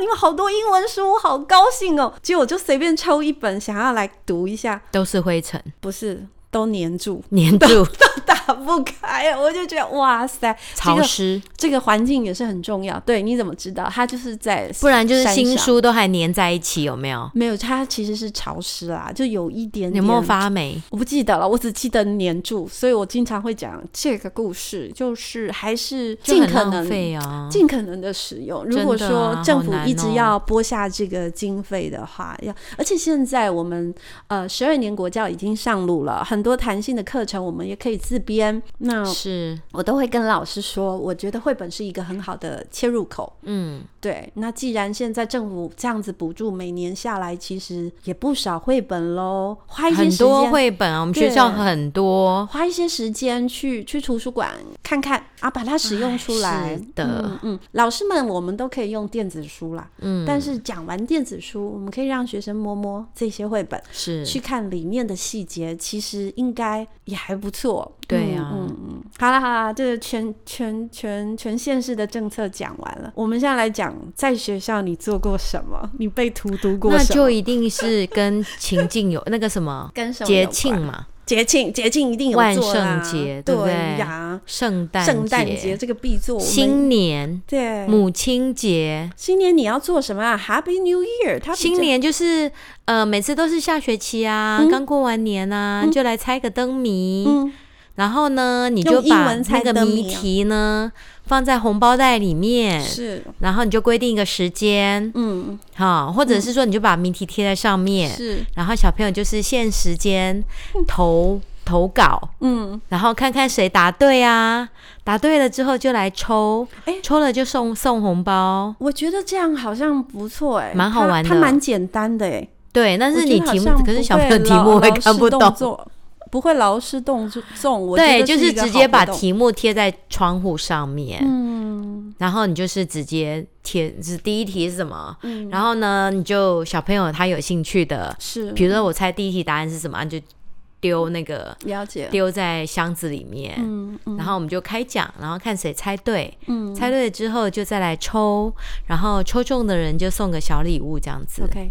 [SPEAKER 1] 你们好多英文书，我好高兴哦。结果我就随便抽一本想要来读一下，
[SPEAKER 2] 都是灰尘
[SPEAKER 1] 不是都粘 住，
[SPEAKER 2] 粘住
[SPEAKER 1] 打啊不开，我就觉得哇塞，
[SPEAKER 2] 潮湿，
[SPEAKER 1] 这个环境也是很重要。对，你怎么知道？它就是在
[SPEAKER 2] 不然就是
[SPEAKER 1] 山
[SPEAKER 2] 新
[SPEAKER 1] 上。
[SPEAKER 2] 书都还粘在一起，有没有？
[SPEAKER 1] 没有，它其实是潮湿啦，就有一点
[SPEAKER 2] 有
[SPEAKER 1] 点
[SPEAKER 2] 没有发霉？
[SPEAKER 1] 我不记得了，我只记得黏住，所以我经常会讲这个故事，就是还是
[SPEAKER 2] 就
[SPEAKER 1] 尽
[SPEAKER 2] 很
[SPEAKER 1] 可
[SPEAKER 2] 浪
[SPEAKER 1] 能、
[SPEAKER 2] 费啊。
[SPEAKER 1] 尽可能的使用。如果
[SPEAKER 2] 真的啊
[SPEAKER 1] 说政府
[SPEAKER 2] 好难
[SPEAKER 1] 一直要拨下这个经费的话，要而且现在我们呃十二年国教已经上路了，很多弹性的课程我们也可以自编。那
[SPEAKER 2] 是，
[SPEAKER 1] 我都会跟老师说，我觉得绘本是一个很好的切入口。
[SPEAKER 2] 嗯，
[SPEAKER 1] 对，那既然现在政府这样子补助，每年下来其实也不少绘本喽，花一些
[SPEAKER 2] 很
[SPEAKER 1] 时
[SPEAKER 2] 多
[SPEAKER 1] 间
[SPEAKER 2] 绘本啊，我们学校
[SPEAKER 1] 对
[SPEAKER 2] 很多。
[SPEAKER 1] 花一些时间去去图书馆看看啊，把它使用出来
[SPEAKER 2] 哎。是的
[SPEAKER 1] 嗯嗯，老师们我们都可以用电子书啦，
[SPEAKER 2] 嗯，
[SPEAKER 1] 但是讲完电子书，我们可以让学生摸摸这些绘本，
[SPEAKER 2] 是
[SPEAKER 1] 去看里面的细节，其实应该也还不错。
[SPEAKER 2] 对啊呀
[SPEAKER 1] 嗯嗯嗯，好啦好啦，这个全全全全县市的政策讲完了，我们现在来讲在学校你做过什么，你被荼毒过
[SPEAKER 2] 那
[SPEAKER 1] 什么？
[SPEAKER 2] 就一定是跟情境有 那个什么
[SPEAKER 1] 跟什么有
[SPEAKER 2] 节
[SPEAKER 1] 关
[SPEAKER 2] 庆嘛，
[SPEAKER 1] 节庆，节庆一定有
[SPEAKER 2] 万
[SPEAKER 1] 做啦，
[SPEAKER 2] 圣节
[SPEAKER 1] 对
[SPEAKER 2] 对不对
[SPEAKER 1] 呀，
[SPEAKER 2] 圣诞
[SPEAKER 1] 圣诞节这个必做，我们
[SPEAKER 2] 新年、
[SPEAKER 1] 对
[SPEAKER 2] 母亲节。
[SPEAKER 1] 新年你要做什么啊？Happy New Year，它比较
[SPEAKER 2] 新年就是呃，每次都是下学期啊，刚过完年啊，就来猜个灯谜。
[SPEAKER 1] 嗯
[SPEAKER 2] 然后呢，你就
[SPEAKER 1] 用英
[SPEAKER 2] 把
[SPEAKER 1] 文
[SPEAKER 2] 那
[SPEAKER 1] 猜
[SPEAKER 2] 个
[SPEAKER 1] 灯
[SPEAKER 2] 谜
[SPEAKER 1] 谜啊
[SPEAKER 2] 题呢放在红包袋里面，
[SPEAKER 1] 是
[SPEAKER 2] 然后你就规定一个时间，
[SPEAKER 1] 嗯
[SPEAKER 2] 哈、或者是说你就把谜题贴在上面，
[SPEAKER 1] 是
[SPEAKER 2] 然后小朋友就是限时间 投投稿，
[SPEAKER 1] 嗯
[SPEAKER 2] 然后看看谁答对啊，答对了之后就来抽，
[SPEAKER 1] 哎
[SPEAKER 2] 抽了就送送红包。
[SPEAKER 1] 我觉得这样好像不错哎、
[SPEAKER 2] 蛮好
[SPEAKER 1] 它
[SPEAKER 2] 玩的
[SPEAKER 1] 它蛮简单的哎、
[SPEAKER 2] 对，但
[SPEAKER 1] 我
[SPEAKER 2] 是
[SPEAKER 1] 觉
[SPEAKER 2] 你
[SPEAKER 1] 得好
[SPEAKER 2] 题目
[SPEAKER 1] 像，
[SPEAKER 2] 可是
[SPEAKER 1] 不
[SPEAKER 2] 小朋
[SPEAKER 1] 会
[SPEAKER 2] 友题
[SPEAKER 1] 劳
[SPEAKER 2] 目
[SPEAKER 1] 劳
[SPEAKER 2] 会看
[SPEAKER 1] 师
[SPEAKER 2] 不
[SPEAKER 1] 动
[SPEAKER 2] 懂。
[SPEAKER 1] 作，不会劳师动众，我觉
[SPEAKER 2] 对，
[SPEAKER 1] 得
[SPEAKER 2] 就是是
[SPEAKER 1] 一个
[SPEAKER 2] 直
[SPEAKER 1] 好
[SPEAKER 2] 接把
[SPEAKER 1] 活动
[SPEAKER 2] 题目贴在窗户上面，
[SPEAKER 1] 嗯
[SPEAKER 2] 然后你就是直接贴，是第一题是什么？
[SPEAKER 1] 嗯
[SPEAKER 2] 然后呢，你就小朋友他有兴趣的，
[SPEAKER 1] 是
[SPEAKER 2] 比如说我猜第一题答案是什么，你就丢那个
[SPEAKER 1] 了解，
[SPEAKER 2] 丢在箱子里面，
[SPEAKER 1] 嗯嗯
[SPEAKER 2] 然后我们就开奖，然后看谁猜对，
[SPEAKER 1] 嗯
[SPEAKER 2] 猜对了之后就再来抽，然后抽中的人就送个小礼物这样子，
[SPEAKER 1] ，OK，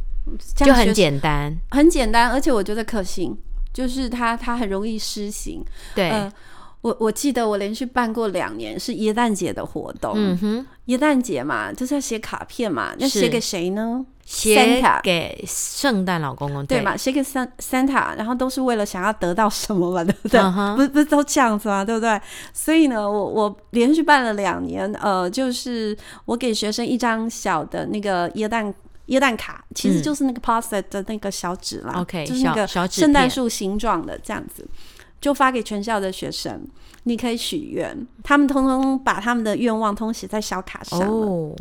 [SPEAKER 1] 这
[SPEAKER 2] 就
[SPEAKER 1] 样学
[SPEAKER 2] 很简单。
[SPEAKER 1] 很简单，而且我觉得可行，就是它它很容易施行。
[SPEAKER 2] 对，
[SPEAKER 1] 呃我我记得我连续办过两年是耶诞节的活动，
[SPEAKER 2] 嗯哼，
[SPEAKER 1] 耶诞节嘛，就是要写卡片嘛，那
[SPEAKER 2] 是
[SPEAKER 1] 写给谁呢？
[SPEAKER 2] 写
[SPEAKER 1] Santa
[SPEAKER 2] 给圣诞老公公，
[SPEAKER 1] 对嘛？写给三 Santa，然后都是为了想要得到什么嘛，对不对？
[SPEAKER 2] 嗯哼
[SPEAKER 1] 不是不是都这样子嘛，对不对？所以呢，我我连续办了两年，呃，就是我给学生一张小的那个椰蛋椰蛋卡，其实
[SPEAKER 2] 嗯
[SPEAKER 1] 就是那个 post 的那个小纸啦
[SPEAKER 2] OK，
[SPEAKER 1] 就是那
[SPEAKER 2] 小
[SPEAKER 1] 个
[SPEAKER 2] 小纸
[SPEAKER 1] 圣诞
[SPEAKER 2] 片
[SPEAKER 1] 树形状的这样子。就发给全校的学生，你可以许愿，他们通通把他们的愿望通写在小卡上了。
[SPEAKER 2] 哦，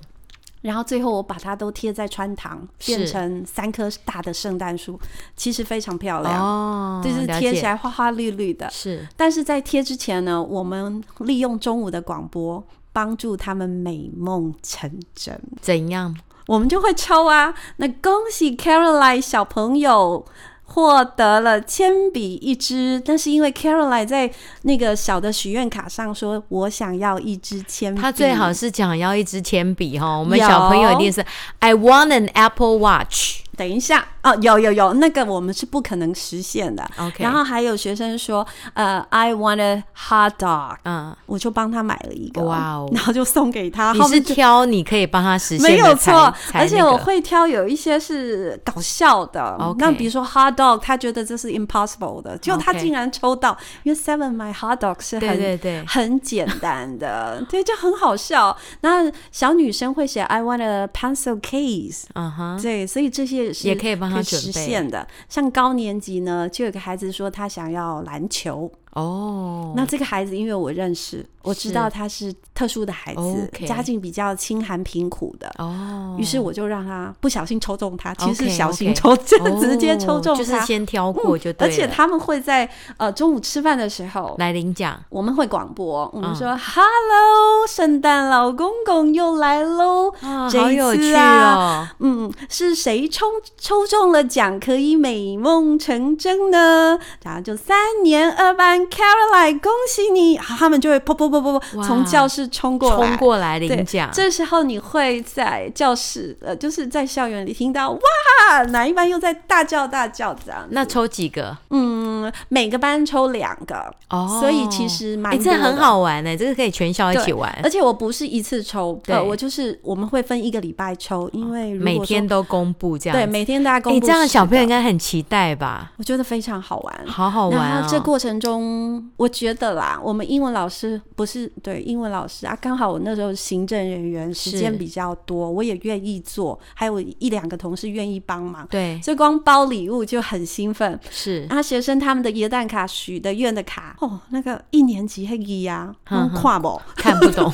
[SPEAKER 1] 然后最后我把它都贴在穿堂，变
[SPEAKER 2] 是
[SPEAKER 1] 成三棵大的圣诞树，其实非常漂亮，
[SPEAKER 2] 哦，
[SPEAKER 1] 就是
[SPEAKER 2] 了
[SPEAKER 1] 贴
[SPEAKER 2] 解
[SPEAKER 1] 起来花花绿绿的。
[SPEAKER 2] 是
[SPEAKER 1] 但是在贴之前呢，我们利用中午的广播帮助他们美梦成真，
[SPEAKER 2] 怎样？
[SPEAKER 1] 我们就会抽啊。那恭喜 Caroline 小朋友。获得了铅笔一支，但是因为 Caroline 在那个小的许愿卡上说：“我想要一支铅笔。”
[SPEAKER 2] 他最好是讲要一支铅笔哈，我们
[SPEAKER 1] 嗯有
[SPEAKER 2] 小朋友一定是 I want an Apple Watch。
[SPEAKER 1] 等一下哦，有有有，那个我们是不可能实现的。
[SPEAKER 2] OK，
[SPEAKER 1] 然后还有学生说，呃，I want a hot dog，
[SPEAKER 2] 嗯，
[SPEAKER 1] 我就帮他买了一个，
[SPEAKER 2] 哇哦
[SPEAKER 1] 然后就送给他。
[SPEAKER 2] 你
[SPEAKER 1] 后
[SPEAKER 2] 是
[SPEAKER 1] 面就
[SPEAKER 2] 挑你可以帮他实现的
[SPEAKER 1] 没有
[SPEAKER 2] 才
[SPEAKER 1] 错，
[SPEAKER 2] 才
[SPEAKER 1] 而且
[SPEAKER 2] 那个
[SPEAKER 1] 我会挑有一些是搞笑的
[SPEAKER 2] OK。
[SPEAKER 1] 那比如说 hot dog，他觉得这是 impossible 的，结果他
[SPEAKER 2] OK
[SPEAKER 1] 竟然抽到，因为 Seven My hot dog 是
[SPEAKER 2] 对
[SPEAKER 1] 很
[SPEAKER 2] 对对
[SPEAKER 1] 很简单的， 对，就很好笑。那小女生会写 I want a pencil case。
[SPEAKER 2] 嗯哼，
[SPEAKER 1] 对，所以这些也是
[SPEAKER 2] 也可以帮他准
[SPEAKER 1] 实
[SPEAKER 2] 备
[SPEAKER 1] 现的。像高年级呢，就有个孩子说他想要篮球，
[SPEAKER 2] 哦，
[SPEAKER 1] 那这个孩子因为我认识，我知
[SPEAKER 2] 是
[SPEAKER 1] 道他是特殊的孩子
[SPEAKER 2] OK
[SPEAKER 1] 家境比较清寒贫苦的。
[SPEAKER 2] 哦，
[SPEAKER 1] 于是我就让他不小心抽中他，其
[SPEAKER 2] OK，
[SPEAKER 1] 实是小心
[SPEAKER 2] OK
[SPEAKER 1] 抽，就
[SPEAKER 2] 哦
[SPEAKER 1] 直接抽中他。
[SPEAKER 2] 就是先挑过就对
[SPEAKER 1] 而
[SPEAKER 2] 了，
[SPEAKER 1] 且他们会在呃中午吃饭的时候，
[SPEAKER 2] 嗯来领奖，
[SPEAKER 1] 我们会广播，我们
[SPEAKER 2] 嗯
[SPEAKER 1] 说、“Hello，圣诞老公公又来喽”，
[SPEAKER 2] 啊，
[SPEAKER 1] 这
[SPEAKER 2] 好
[SPEAKER 1] 一
[SPEAKER 2] 有
[SPEAKER 1] 次
[SPEAKER 2] 趣哦
[SPEAKER 1] 啊，嗯，是谁抽抽中了奖可以美梦成真呢？然后就三年二班 Caroline，恭喜你！好他们就会噗噗噗噗噗
[SPEAKER 2] 哇
[SPEAKER 1] 从教室冲过来，
[SPEAKER 2] 哦冲过来
[SPEAKER 1] 对
[SPEAKER 2] 领奖，
[SPEAKER 1] 这时候你会在教室，呃，就是在校园里听到哇，哪一班又在大叫大叫这样。
[SPEAKER 2] 那抽几个？
[SPEAKER 1] 嗯，每个班抽两个，
[SPEAKER 2] 哦，
[SPEAKER 1] 所以其实蛮
[SPEAKER 2] 哎，这
[SPEAKER 1] 多的
[SPEAKER 2] 很好玩哎，这个可以全校一
[SPEAKER 1] 对
[SPEAKER 2] 起玩，
[SPEAKER 1] 而且我不是一次抽，
[SPEAKER 2] 对
[SPEAKER 1] 呃，我就是我们会分一个礼拜抽，因为如果
[SPEAKER 2] 每
[SPEAKER 1] 说
[SPEAKER 2] 天都公布这样
[SPEAKER 1] 对
[SPEAKER 2] 子，
[SPEAKER 1] 每天大家公
[SPEAKER 2] 你
[SPEAKER 1] 布、
[SPEAKER 2] 这样小朋友应该很期待吧？
[SPEAKER 1] 我觉得非常好玩。
[SPEAKER 2] 好好玩
[SPEAKER 1] 然
[SPEAKER 2] 哦！
[SPEAKER 1] 后这过程中，我觉得啦，我们英文老师不是对英文老师啊，刚好我那时候行政人员时间
[SPEAKER 2] 是
[SPEAKER 1] 比较多，我也愿意做，还有一两个同事愿意帮忙，
[SPEAKER 2] 对
[SPEAKER 1] 所以光包礼物就很兴奋。
[SPEAKER 2] 是
[SPEAKER 1] 啊，学生他们的椰蛋卡、许的愿的卡，哦，那个一年级黑个呀，
[SPEAKER 2] 嗯
[SPEAKER 1] 嗯，
[SPEAKER 2] 哼
[SPEAKER 1] 跨不，
[SPEAKER 2] 看不懂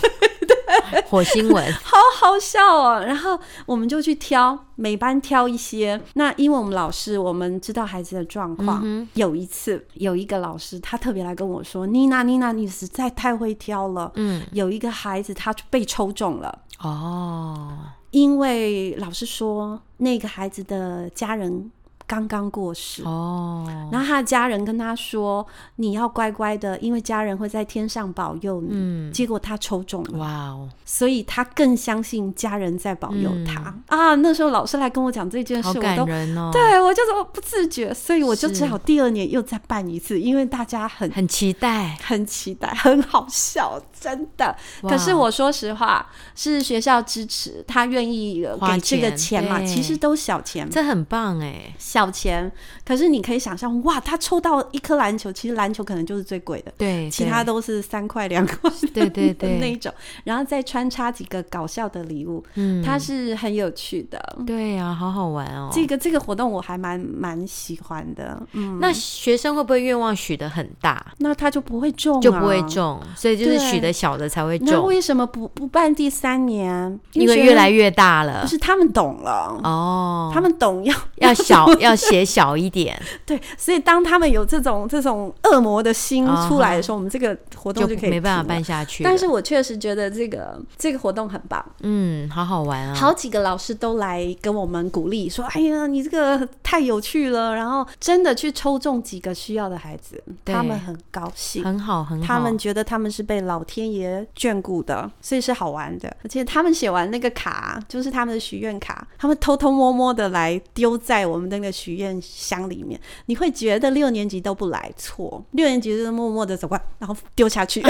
[SPEAKER 2] 火星文，
[SPEAKER 1] 好好笑哦。然后我们就去挑，每班挑一些。那因为我们老师，我们知道孩子的状况。
[SPEAKER 2] 嗯
[SPEAKER 1] 有一次，有一个老师，他特别来跟我说：“妮娜，妮娜，你实在太会挑了。
[SPEAKER 2] 嗯
[SPEAKER 1] 有一个孩子他被抽中了，
[SPEAKER 2] 哼哦
[SPEAKER 1] 因为老师说那个孩子的家人刚刚过世，
[SPEAKER 2] 哦，
[SPEAKER 1] 然后他的家人跟他说：“你要乖乖的，因为家人会在天上保佑你。
[SPEAKER 2] 嗯，
[SPEAKER 1] 结果他抽中了，
[SPEAKER 2] 哇哦，
[SPEAKER 1] 所以他更相信家人在保佑
[SPEAKER 2] 嗯
[SPEAKER 1] 他、啊！那时候老师来跟我讲这件事，
[SPEAKER 2] 好
[SPEAKER 1] 我
[SPEAKER 2] 感
[SPEAKER 1] 都
[SPEAKER 2] 人哦，，
[SPEAKER 1] 对我就是我不自觉，所以我就是只好第二年又再办一次，因为大家很
[SPEAKER 2] 很期待。
[SPEAKER 1] 很期待，很好笑，真的。
[SPEAKER 2] 哇
[SPEAKER 1] 可是我说实话，是学校支持，他愿意呃
[SPEAKER 2] 花
[SPEAKER 1] 给这个
[SPEAKER 2] 钱
[SPEAKER 1] 钱嘛，
[SPEAKER 2] 对
[SPEAKER 1] 其实都小钱，
[SPEAKER 2] 这很棒哎，
[SPEAKER 1] 小钱。可是你可以想象，哇，他抽到一颗篮球，其实篮球可能就是最贵的。
[SPEAKER 2] 对，
[SPEAKER 1] 其
[SPEAKER 2] 对
[SPEAKER 1] 他都是三块两块的
[SPEAKER 2] 对对
[SPEAKER 1] 那一
[SPEAKER 2] 对，
[SPEAKER 1] 种，然后再穿插几个搞笑的礼物，
[SPEAKER 2] 嗯，
[SPEAKER 1] 它是很有趣的。
[SPEAKER 2] 对啊，好好玩哦。
[SPEAKER 1] 这个这个活动我还蛮蛮喜欢的，嗯，
[SPEAKER 2] 那学生会不会愿望许的很大？
[SPEAKER 1] 那他就不会中、啊，
[SPEAKER 2] 就不会。中，所以就是
[SPEAKER 1] 对
[SPEAKER 2] 许的小的才会
[SPEAKER 1] 那
[SPEAKER 2] 中，
[SPEAKER 1] 为什么不不办第三年？
[SPEAKER 2] 因为
[SPEAKER 1] 学
[SPEAKER 2] 越来
[SPEAKER 1] 越
[SPEAKER 2] 越大
[SPEAKER 1] 不
[SPEAKER 2] 了。
[SPEAKER 1] 是他们懂了，
[SPEAKER 2] 哦，
[SPEAKER 1] 他们懂要
[SPEAKER 2] 要小，要写小一点，
[SPEAKER 1] 对，所以当他们有这种这种恶魔的心
[SPEAKER 2] 啊哈
[SPEAKER 1] 出来的时候，我们这个活动
[SPEAKER 2] 就
[SPEAKER 1] 可以
[SPEAKER 2] 没办法
[SPEAKER 1] 停
[SPEAKER 2] 办
[SPEAKER 1] 了。
[SPEAKER 2] 下去了。
[SPEAKER 1] 但是我确实觉得这个这个活动很棒，
[SPEAKER 2] 嗯，好好玩啊！
[SPEAKER 1] 好几个老师都来跟我们鼓励，说：“哎呀，你这个太有趣了！”然后真的去抽中几个需要的孩子，
[SPEAKER 2] 对
[SPEAKER 1] 他们很高兴。
[SPEAKER 2] 很好，嗯很好。
[SPEAKER 1] 他 们觉得他们是被老天爷眷顾的，所以是好玩的。而且他们写完那个卡，就是他们的许愿卡，他们偷偷摸摸的来丢在我们那个许愿箱里面。你会觉得六年级都不来错，六年级就是默默的走过来，然后丢下 去，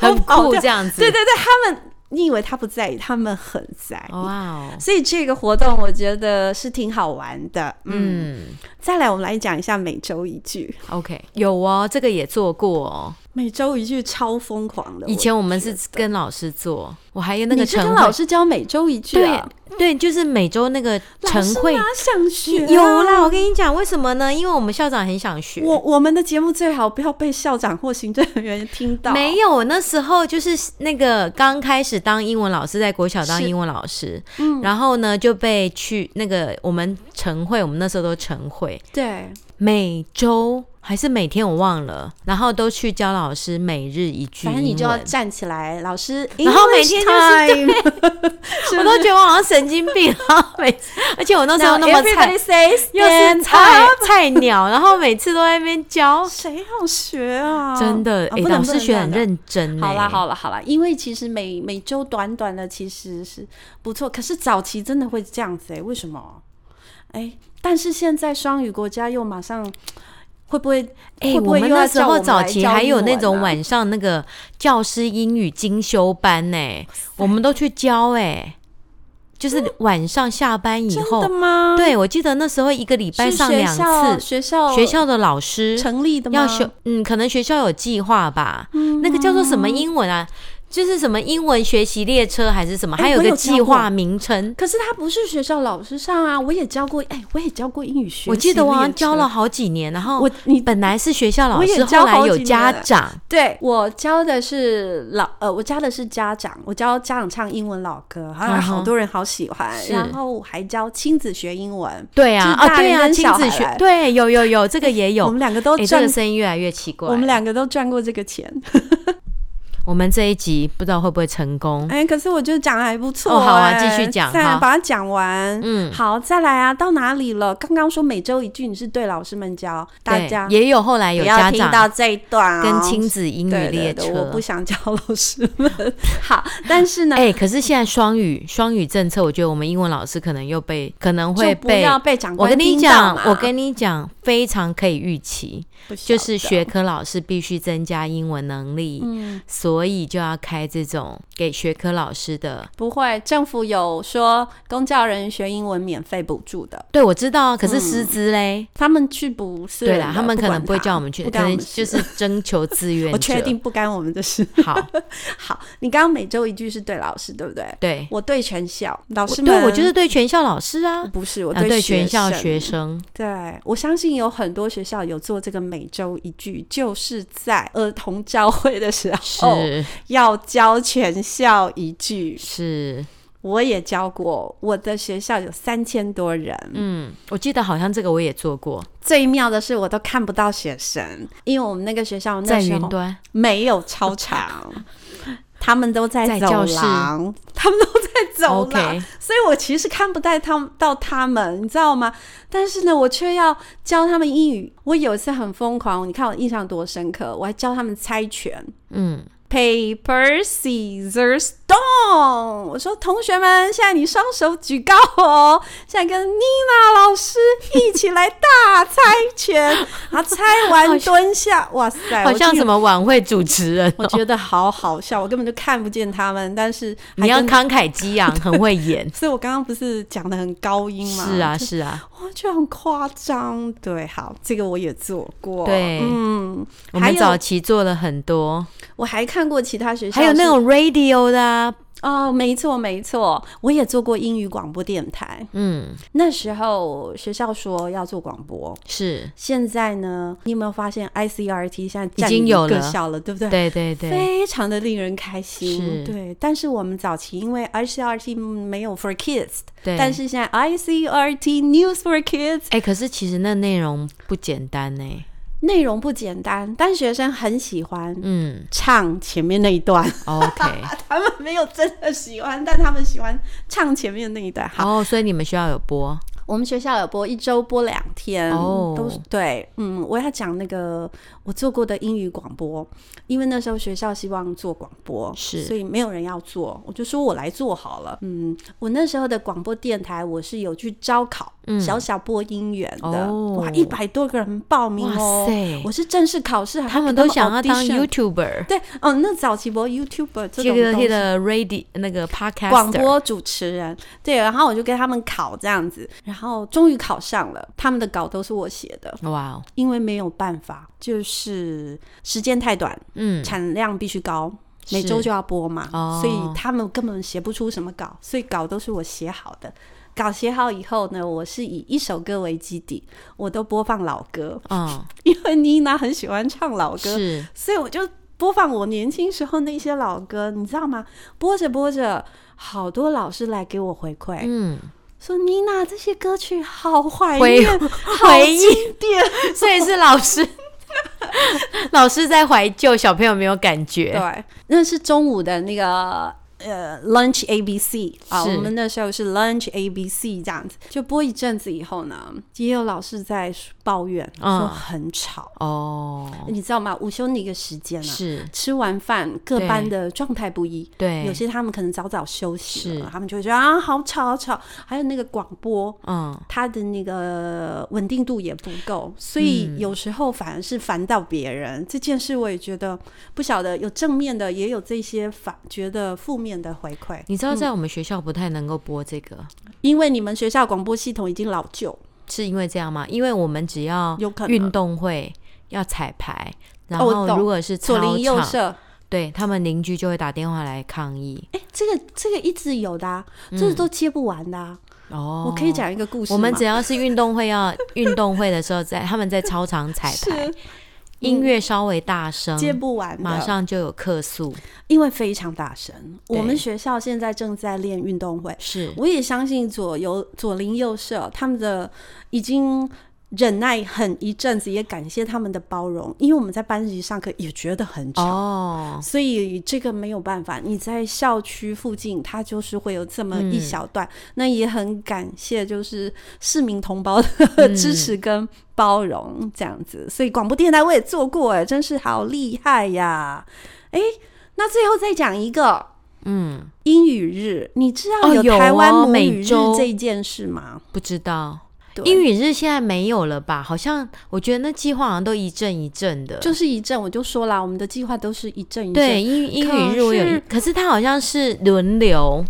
[SPEAKER 2] 很
[SPEAKER 1] 跑
[SPEAKER 2] 酷，
[SPEAKER 1] 掉
[SPEAKER 2] 这样子。
[SPEAKER 1] 对对对，他们你以为他不在意，他们很在意。
[SPEAKER 2] 哇哦，
[SPEAKER 1] 所以这个活动我觉得是挺好玩的，嗯。
[SPEAKER 2] 嗯
[SPEAKER 1] 再来，我们来讲一下每周一句，
[SPEAKER 2] ，OK，有哦，这个也做过哦。
[SPEAKER 1] 每周一句超疯狂的。
[SPEAKER 2] 以前我们是
[SPEAKER 1] 觉得
[SPEAKER 2] 跟老师做，我还有那个
[SPEAKER 1] 你是跟
[SPEAKER 2] 晨
[SPEAKER 1] 老
[SPEAKER 2] 会，
[SPEAKER 1] 师教每周一句
[SPEAKER 2] 对
[SPEAKER 1] 啊？
[SPEAKER 2] 对，就是每周那个晨会
[SPEAKER 1] 老师哪想学啊、
[SPEAKER 2] 有啦。我跟你讲，为什么呢？因为我们校长很想学。
[SPEAKER 1] 我我们的节目最好不要被校长或行政人员听到。
[SPEAKER 2] 没有，我那时候就是那个刚开始当英文老师，在国小当
[SPEAKER 1] 是
[SPEAKER 2] 英文老师，
[SPEAKER 1] 嗯
[SPEAKER 2] 然后呢就被去那个我们晨会，我们那时候都晨会，
[SPEAKER 1] 对，
[SPEAKER 2] 每周还是每天我忘了，然后都去教老师每日一句
[SPEAKER 1] 反正你就
[SPEAKER 2] 英
[SPEAKER 1] 要
[SPEAKER 2] 文
[SPEAKER 1] 站起来，老师。
[SPEAKER 2] 然后每天
[SPEAKER 1] 就是
[SPEAKER 2] 我都觉得我好像神经病，然后每次，而且我那时候那么菜，又是菜菜鸟，然后每次都在那边 教，
[SPEAKER 1] 谁要学啊？
[SPEAKER 2] 真的，
[SPEAKER 1] 啊
[SPEAKER 2] 哎、
[SPEAKER 1] 不能
[SPEAKER 2] 老
[SPEAKER 1] 不能
[SPEAKER 2] 师学
[SPEAKER 1] 这样
[SPEAKER 2] 很
[SPEAKER 1] 讲
[SPEAKER 2] 认真、哎
[SPEAKER 1] 好啦，
[SPEAKER 2] 啦，
[SPEAKER 1] 好啦，好啦，因为其实每每周短短的其实是不错，可是早期真的会这样子哎、为什么？哎、但是现在双语国家又马上会不会？
[SPEAKER 2] 哎、
[SPEAKER 1] 会不
[SPEAKER 2] 我
[SPEAKER 1] 会
[SPEAKER 2] 们
[SPEAKER 1] 又
[SPEAKER 2] 那
[SPEAKER 1] 要
[SPEAKER 2] 时
[SPEAKER 1] 叫
[SPEAKER 2] 候
[SPEAKER 1] 我们
[SPEAKER 2] 早
[SPEAKER 1] 来
[SPEAKER 2] 期
[SPEAKER 1] 教
[SPEAKER 2] 还
[SPEAKER 1] 英
[SPEAKER 2] 有那
[SPEAKER 1] 文
[SPEAKER 2] 种
[SPEAKER 1] 啊
[SPEAKER 2] 晚上那个教师英语精修班呢、我们都去教哎、就是晚上下班以
[SPEAKER 1] 嗯真的
[SPEAKER 2] 后，
[SPEAKER 1] 吗？，
[SPEAKER 2] 对我记得那时候一个礼拜
[SPEAKER 1] 是
[SPEAKER 2] 上
[SPEAKER 1] 学
[SPEAKER 2] 两
[SPEAKER 1] 校
[SPEAKER 2] 次，
[SPEAKER 1] 学校
[SPEAKER 2] 学校的老师
[SPEAKER 1] 成立的吗？嗯
[SPEAKER 2] 要修，嗯，可能学校有计划吧。那个叫做什么英文啊？就是什么英文学习列车还是什么？
[SPEAKER 1] 哎
[SPEAKER 2] 还有
[SPEAKER 1] 我
[SPEAKER 2] 个
[SPEAKER 1] 有
[SPEAKER 2] 计
[SPEAKER 1] 教过
[SPEAKER 2] 划名称。
[SPEAKER 1] 可是他不是学校老师上啊，我也教过，哎、我也教过英语学习列车。
[SPEAKER 2] 我记得我好像教了好几年，然后
[SPEAKER 1] 我 你
[SPEAKER 2] 本来是学校老
[SPEAKER 1] 我也
[SPEAKER 2] 师，
[SPEAKER 1] 教
[SPEAKER 2] 后来
[SPEAKER 1] 好
[SPEAKER 2] 有
[SPEAKER 1] 几
[SPEAKER 2] 家
[SPEAKER 1] 年了
[SPEAKER 2] 长，
[SPEAKER 1] 对我教的是老呃，我教的是家长，我教家长唱英文老歌，啊，
[SPEAKER 2] 嗯哼
[SPEAKER 1] 好多人好喜欢。
[SPEAKER 2] 是
[SPEAKER 1] 然后我还教亲子学英文，
[SPEAKER 2] 对啊，
[SPEAKER 1] 就是
[SPEAKER 2] 啊
[SPEAKER 1] 大
[SPEAKER 2] 对
[SPEAKER 1] 人
[SPEAKER 2] 啊，
[SPEAKER 1] 跟
[SPEAKER 2] 亲
[SPEAKER 1] 小
[SPEAKER 2] 子
[SPEAKER 1] 孩
[SPEAKER 2] 学
[SPEAKER 1] 来，
[SPEAKER 2] 对，有有有，这个也
[SPEAKER 1] 我
[SPEAKER 2] 有。
[SPEAKER 1] 们两个都
[SPEAKER 2] 哎，这
[SPEAKER 1] 赚，
[SPEAKER 2] 个声音越来越奇怪。
[SPEAKER 1] 我们两个都赚过这个钱。
[SPEAKER 2] 我们这一集不知道会不会成功？
[SPEAKER 1] 哎，可是我觉得讲的还不错、
[SPEAKER 2] 哦好啊
[SPEAKER 1] 哎
[SPEAKER 2] 继续讲
[SPEAKER 1] 再
[SPEAKER 2] 好
[SPEAKER 1] 把它讲完。
[SPEAKER 2] 嗯，
[SPEAKER 1] 好，再来啊！到哪里了？刚刚说每周一句，你是对老师们教大
[SPEAKER 2] 对
[SPEAKER 1] 家，
[SPEAKER 2] 也有后来有
[SPEAKER 1] 不要
[SPEAKER 2] 家
[SPEAKER 1] 听到
[SPEAKER 2] 长
[SPEAKER 1] 这一段、哦、
[SPEAKER 2] 跟亲子英语
[SPEAKER 1] 对
[SPEAKER 2] 列
[SPEAKER 1] 对对，我
[SPEAKER 2] 车
[SPEAKER 1] 不。想教老师们。好，但是呢，
[SPEAKER 2] 哎、可是现在双语双语政策，我觉得我们英文老师可能又被可能 会
[SPEAKER 1] 就不
[SPEAKER 2] 被。
[SPEAKER 1] 要被长
[SPEAKER 2] 我
[SPEAKER 1] 官
[SPEAKER 2] 跟你
[SPEAKER 1] 听到
[SPEAKER 2] 讲
[SPEAKER 1] 嘛，
[SPEAKER 2] 我跟你讲，非常可以预期，
[SPEAKER 1] 不
[SPEAKER 2] 就
[SPEAKER 1] 晓
[SPEAKER 2] 是
[SPEAKER 1] 得
[SPEAKER 2] 学科老师必须增加英文能力，
[SPEAKER 1] 嗯
[SPEAKER 2] 所以就要开这种给学科老师的。
[SPEAKER 1] 不会，政府有说公教人学英文免费补助的，
[SPEAKER 2] 对，我知道啊，可是师资嘞，
[SPEAKER 1] 他们去补嗯是
[SPEAKER 2] 对
[SPEAKER 1] 啦
[SPEAKER 2] 啦，，他们可能
[SPEAKER 1] 不
[SPEAKER 2] 不
[SPEAKER 1] 管
[SPEAKER 2] 会
[SPEAKER 1] 他
[SPEAKER 2] 叫我们去，
[SPEAKER 1] 不
[SPEAKER 2] 可
[SPEAKER 1] 干我
[SPEAKER 2] 能
[SPEAKER 1] 们
[SPEAKER 2] 就
[SPEAKER 1] 事
[SPEAKER 2] 是征求志愿者。
[SPEAKER 1] 我确定不干我们的事。
[SPEAKER 2] 好，
[SPEAKER 1] 好，你刚刚每周一句是对老师，对不对？
[SPEAKER 2] 对，
[SPEAKER 1] 我对全校老师们，
[SPEAKER 2] 对我就是对全校老师啊，
[SPEAKER 1] 不是我
[SPEAKER 2] 啊，对全校
[SPEAKER 1] 生
[SPEAKER 2] 学生，
[SPEAKER 1] 对，我相信有很多学校有做这个每周一句，就是在儿童教会的时
[SPEAKER 2] 是、
[SPEAKER 1] 候要教全校一句。
[SPEAKER 2] 是，
[SPEAKER 1] 我也教过，我的学校有三千多人。
[SPEAKER 2] 嗯，我记得好像这个我也做过，
[SPEAKER 1] 最妙的是，我都看不到学生，因为我们那个学校
[SPEAKER 2] 在
[SPEAKER 1] 那时
[SPEAKER 2] 云
[SPEAKER 1] 候
[SPEAKER 2] 端。
[SPEAKER 1] 没有操场，他们都在
[SPEAKER 2] 在
[SPEAKER 1] 走
[SPEAKER 2] 教室
[SPEAKER 1] 廊，他们都在走了
[SPEAKER 2] OK
[SPEAKER 1] 所以我其实看不带他们到他们，你知道吗？但是呢，我却要教他们英语。我有一次很疯狂，你看我印象多深刻，我还教他们猜拳。
[SPEAKER 2] 嗯，
[SPEAKER 1] Paper, scissors, stone。我说，同学们，现在你双手举高哦，现在跟妮娜老师一起来大猜拳。 然后猜完蹲下，哇塞，
[SPEAKER 2] 好像
[SPEAKER 1] 哎我
[SPEAKER 2] 什么晚会主持人
[SPEAKER 1] 我
[SPEAKER 2] 哦、
[SPEAKER 1] 觉得好好笑，我根本就看不见他们，但是还
[SPEAKER 2] 你要
[SPEAKER 1] 跟，。
[SPEAKER 2] 慷慨激昂，很会 演
[SPEAKER 1] 所以我刚刚不是讲的很高音吗？
[SPEAKER 2] 是啊，是 啊，
[SPEAKER 1] 哇，就很夸张。对，好，这个我也做过。
[SPEAKER 2] 对
[SPEAKER 1] 嗯，
[SPEAKER 2] 我
[SPEAKER 1] 还
[SPEAKER 2] 们
[SPEAKER 1] 有
[SPEAKER 2] 早期做了很多，
[SPEAKER 1] 我还看过其他学校
[SPEAKER 2] 还有那
[SPEAKER 1] 是
[SPEAKER 2] 种 radio 的、啊，
[SPEAKER 1] 哦，没错没错，我也做过英语广播电台。
[SPEAKER 2] 嗯，
[SPEAKER 1] 那时候学校说要做广播，
[SPEAKER 2] 是，
[SPEAKER 1] 现在呢，你有没有发现 ICRT 现在
[SPEAKER 2] 已
[SPEAKER 1] 占
[SPEAKER 2] 经
[SPEAKER 1] 领
[SPEAKER 2] 有
[SPEAKER 1] 各
[SPEAKER 2] 了
[SPEAKER 1] 校了，对不对？
[SPEAKER 2] 对对对，
[SPEAKER 1] 非常的令人开心，
[SPEAKER 2] 是
[SPEAKER 1] 对。但是我们早期因为 ICRT 没有 for kids，
[SPEAKER 2] 对。
[SPEAKER 1] 但，是现在 ICRT News for Kids
[SPEAKER 2] 哎、可是其实那内容不简单呢、
[SPEAKER 1] 内容不简单，但学生很喜欢
[SPEAKER 2] 嗯
[SPEAKER 1] 唱前面那一 段。
[SPEAKER 2] ，OK，
[SPEAKER 1] 啊他们没有真的喜欢，但他们喜欢唱前面那一段。好，
[SPEAKER 2] 哦，所以你们学校有播，
[SPEAKER 1] 我们学校有播，一周播两天，
[SPEAKER 2] 哦
[SPEAKER 1] 都是对。嗯，我要讲那个我做过的英语广播，因为那时候学校希望做广播，
[SPEAKER 2] 是
[SPEAKER 1] 所以没有人要做，我就说我来做好了。嗯，我那时候的广播电台，我是有去招考，
[SPEAKER 2] 嗯
[SPEAKER 1] 小小播音员的，
[SPEAKER 2] 哦
[SPEAKER 1] 哇，一百多个人报名哦，
[SPEAKER 2] 哇塞
[SPEAKER 1] 我是正式考试，还
[SPEAKER 2] 他们都想要当
[SPEAKER 1] audition
[SPEAKER 2] YouTuber，
[SPEAKER 1] 对，哦，那早期播 YouTuber 这
[SPEAKER 2] 这
[SPEAKER 1] 种
[SPEAKER 2] 个
[SPEAKER 1] 东
[SPEAKER 2] 这
[SPEAKER 1] 西。
[SPEAKER 2] 个 radio 那个 podcast
[SPEAKER 1] 广播主持人，对，然后我就跟他们考这样子，然后终于考上了。他们的稿都是我写的，
[SPEAKER 2] 哇哦，
[SPEAKER 1] 因为没有办法，就是时间太短，
[SPEAKER 2] 嗯，
[SPEAKER 1] 产量必须高，每周
[SPEAKER 2] 是
[SPEAKER 1] 就要播嘛，
[SPEAKER 2] 哦
[SPEAKER 1] 所以他们根本写不出什么稿，所以稿都是我写好的。稿写好以后呢，我是以一首歌为基底，我都播放老歌，
[SPEAKER 2] 嗯，
[SPEAKER 1] 因为妮娜很喜欢唱老歌，
[SPEAKER 2] 是，
[SPEAKER 1] 所以我就播放我年轻时候那些老歌，你知道吗？播着播着，好多老师来给我回馈，
[SPEAKER 2] 嗯，
[SPEAKER 1] 说妮娜这些歌曲好怀
[SPEAKER 2] 回
[SPEAKER 1] 念，好
[SPEAKER 2] 回忆，
[SPEAKER 1] 经典。
[SPEAKER 2] 所以是老师， 老师在怀旧，小朋友没有感觉，
[SPEAKER 1] 对，那是中午的那个。呃，lunch A B C 啊，
[SPEAKER 2] 是
[SPEAKER 1] 我们那时候是 lunch A B C 这样子，就播一阵子以后呢，也有老师在抱怨、
[SPEAKER 2] 嗯
[SPEAKER 1] 说很吵，
[SPEAKER 2] 哦，
[SPEAKER 1] 你知道吗？午休那个时间啊，
[SPEAKER 2] 是，
[SPEAKER 1] 吃完饭各
[SPEAKER 2] 对
[SPEAKER 1] 班的状态不一，
[SPEAKER 2] 对，
[SPEAKER 1] 有些他们可能早早休息了
[SPEAKER 2] 是，
[SPEAKER 1] 他们就会觉得啊好吵好吵，还有那个广播。
[SPEAKER 2] 嗯，
[SPEAKER 1] 它的那个稳定度也不够，所以
[SPEAKER 2] 嗯
[SPEAKER 1] 有时候反而是烦到别人、这件事，我也觉得不晓得有正面的，也有这些反觉得负面的回馈，
[SPEAKER 2] 你知道在我们学校不太能够播这个，
[SPEAKER 1] 因为你们学校广播系统已经老旧，
[SPEAKER 2] 是因为这样吗？因为我们只要
[SPEAKER 1] 有可
[SPEAKER 2] 哦运
[SPEAKER 1] 能
[SPEAKER 2] 动会要彩排，然
[SPEAKER 1] 哦我
[SPEAKER 2] 后
[SPEAKER 1] 懂
[SPEAKER 2] 如果是
[SPEAKER 1] 左
[SPEAKER 2] 操
[SPEAKER 1] 邻右
[SPEAKER 2] 场，
[SPEAKER 1] 舍，
[SPEAKER 2] 对他们邻居就会打电话来抗议。
[SPEAKER 1] 哎、这个这个一直有的、啊，这个都接不完的、啊
[SPEAKER 2] 嗯哦，
[SPEAKER 1] 我可以，讲一个故事吗，
[SPEAKER 2] 我们只要是运动会要运动会的时候在，他们在操场彩排
[SPEAKER 1] 是，嗯
[SPEAKER 2] 音乐稍微大声，
[SPEAKER 1] 接不完的，
[SPEAKER 2] 马上就有客诉。
[SPEAKER 1] 因为非常大声。
[SPEAKER 2] 对嗯
[SPEAKER 1] 我们学校现在正在练运动会，
[SPEAKER 2] 是，
[SPEAKER 1] 我也相信左右左邻右舍他们的已经忍耐很一阵子，也感谢他们的包容，因为我们在班级上课也觉得很吵。
[SPEAKER 2] 哦，
[SPEAKER 1] 所以这个没有办法，你在校区附近，它就是会有这么一小
[SPEAKER 2] 嗯
[SPEAKER 1] 段。那也很感谢，就是市民同胞的支持跟包容，这样子。所以广播电台我也做过，哎，真是好厉害呀！哎，那最后再讲一个
[SPEAKER 2] 嗯，
[SPEAKER 1] 英语日，你知道
[SPEAKER 2] 哦
[SPEAKER 1] 有
[SPEAKER 2] 有哦
[SPEAKER 1] 台湾母语
[SPEAKER 2] 每
[SPEAKER 1] 日
[SPEAKER 2] 周
[SPEAKER 1] 这件事吗？
[SPEAKER 2] 不知道。
[SPEAKER 1] 对
[SPEAKER 2] 英语日现在没有了吧？好像我觉得那计划好像都一阵一阵的，
[SPEAKER 1] 就是一阵，我就说啦，我们的计划都是一阵一阵。
[SPEAKER 2] 对，英英
[SPEAKER 1] 可
[SPEAKER 2] 语日我有
[SPEAKER 1] 是
[SPEAKER 2] 一，可是它好像是轮流。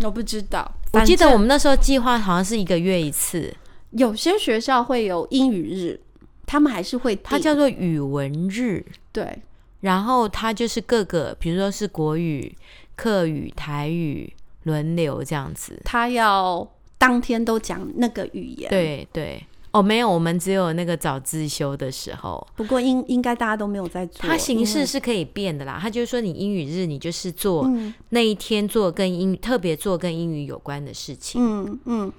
[SPEAKER 1] 我不知道，
[SPEAKER 2] 我记得
[SPEAKER 1] 反
[SPEAKER 2] 我
[SPEAKER 1] 正
[SPEAKER 2] 们那时候计划好像是一个月一次，
[SPEAKER 1] 有些学校会有英语日，他们还是会定
[SPEAKER 2] 它叫做语文日，
[SPEAKER 1] 对
[SPEAKER 2] 然后它就是各个，比如说是国语、客语、台语轮流这样子。
[SPEAKER 1] 他要当天都讲那个语言。，
[SPEAKER 2] 对对，哦，没有，我们只有那个早自修的时候，
[SPEAKER 1] 不过应应该大家都没有在做。
[SPEAKER 2] 它形
[SPEAKER 1] 因
[SPEAKER 2] 式
[SPEAKER 1] 为
[SPEAKER 2] 是可以变的啦。它就是说，你英语日你就是做、
[SPEAKER 1] 嗯
[SPEAKER 2] 那一天做跟英语特别做跟英语有关的事情。
[SPEAKER 1] 嗯嗯，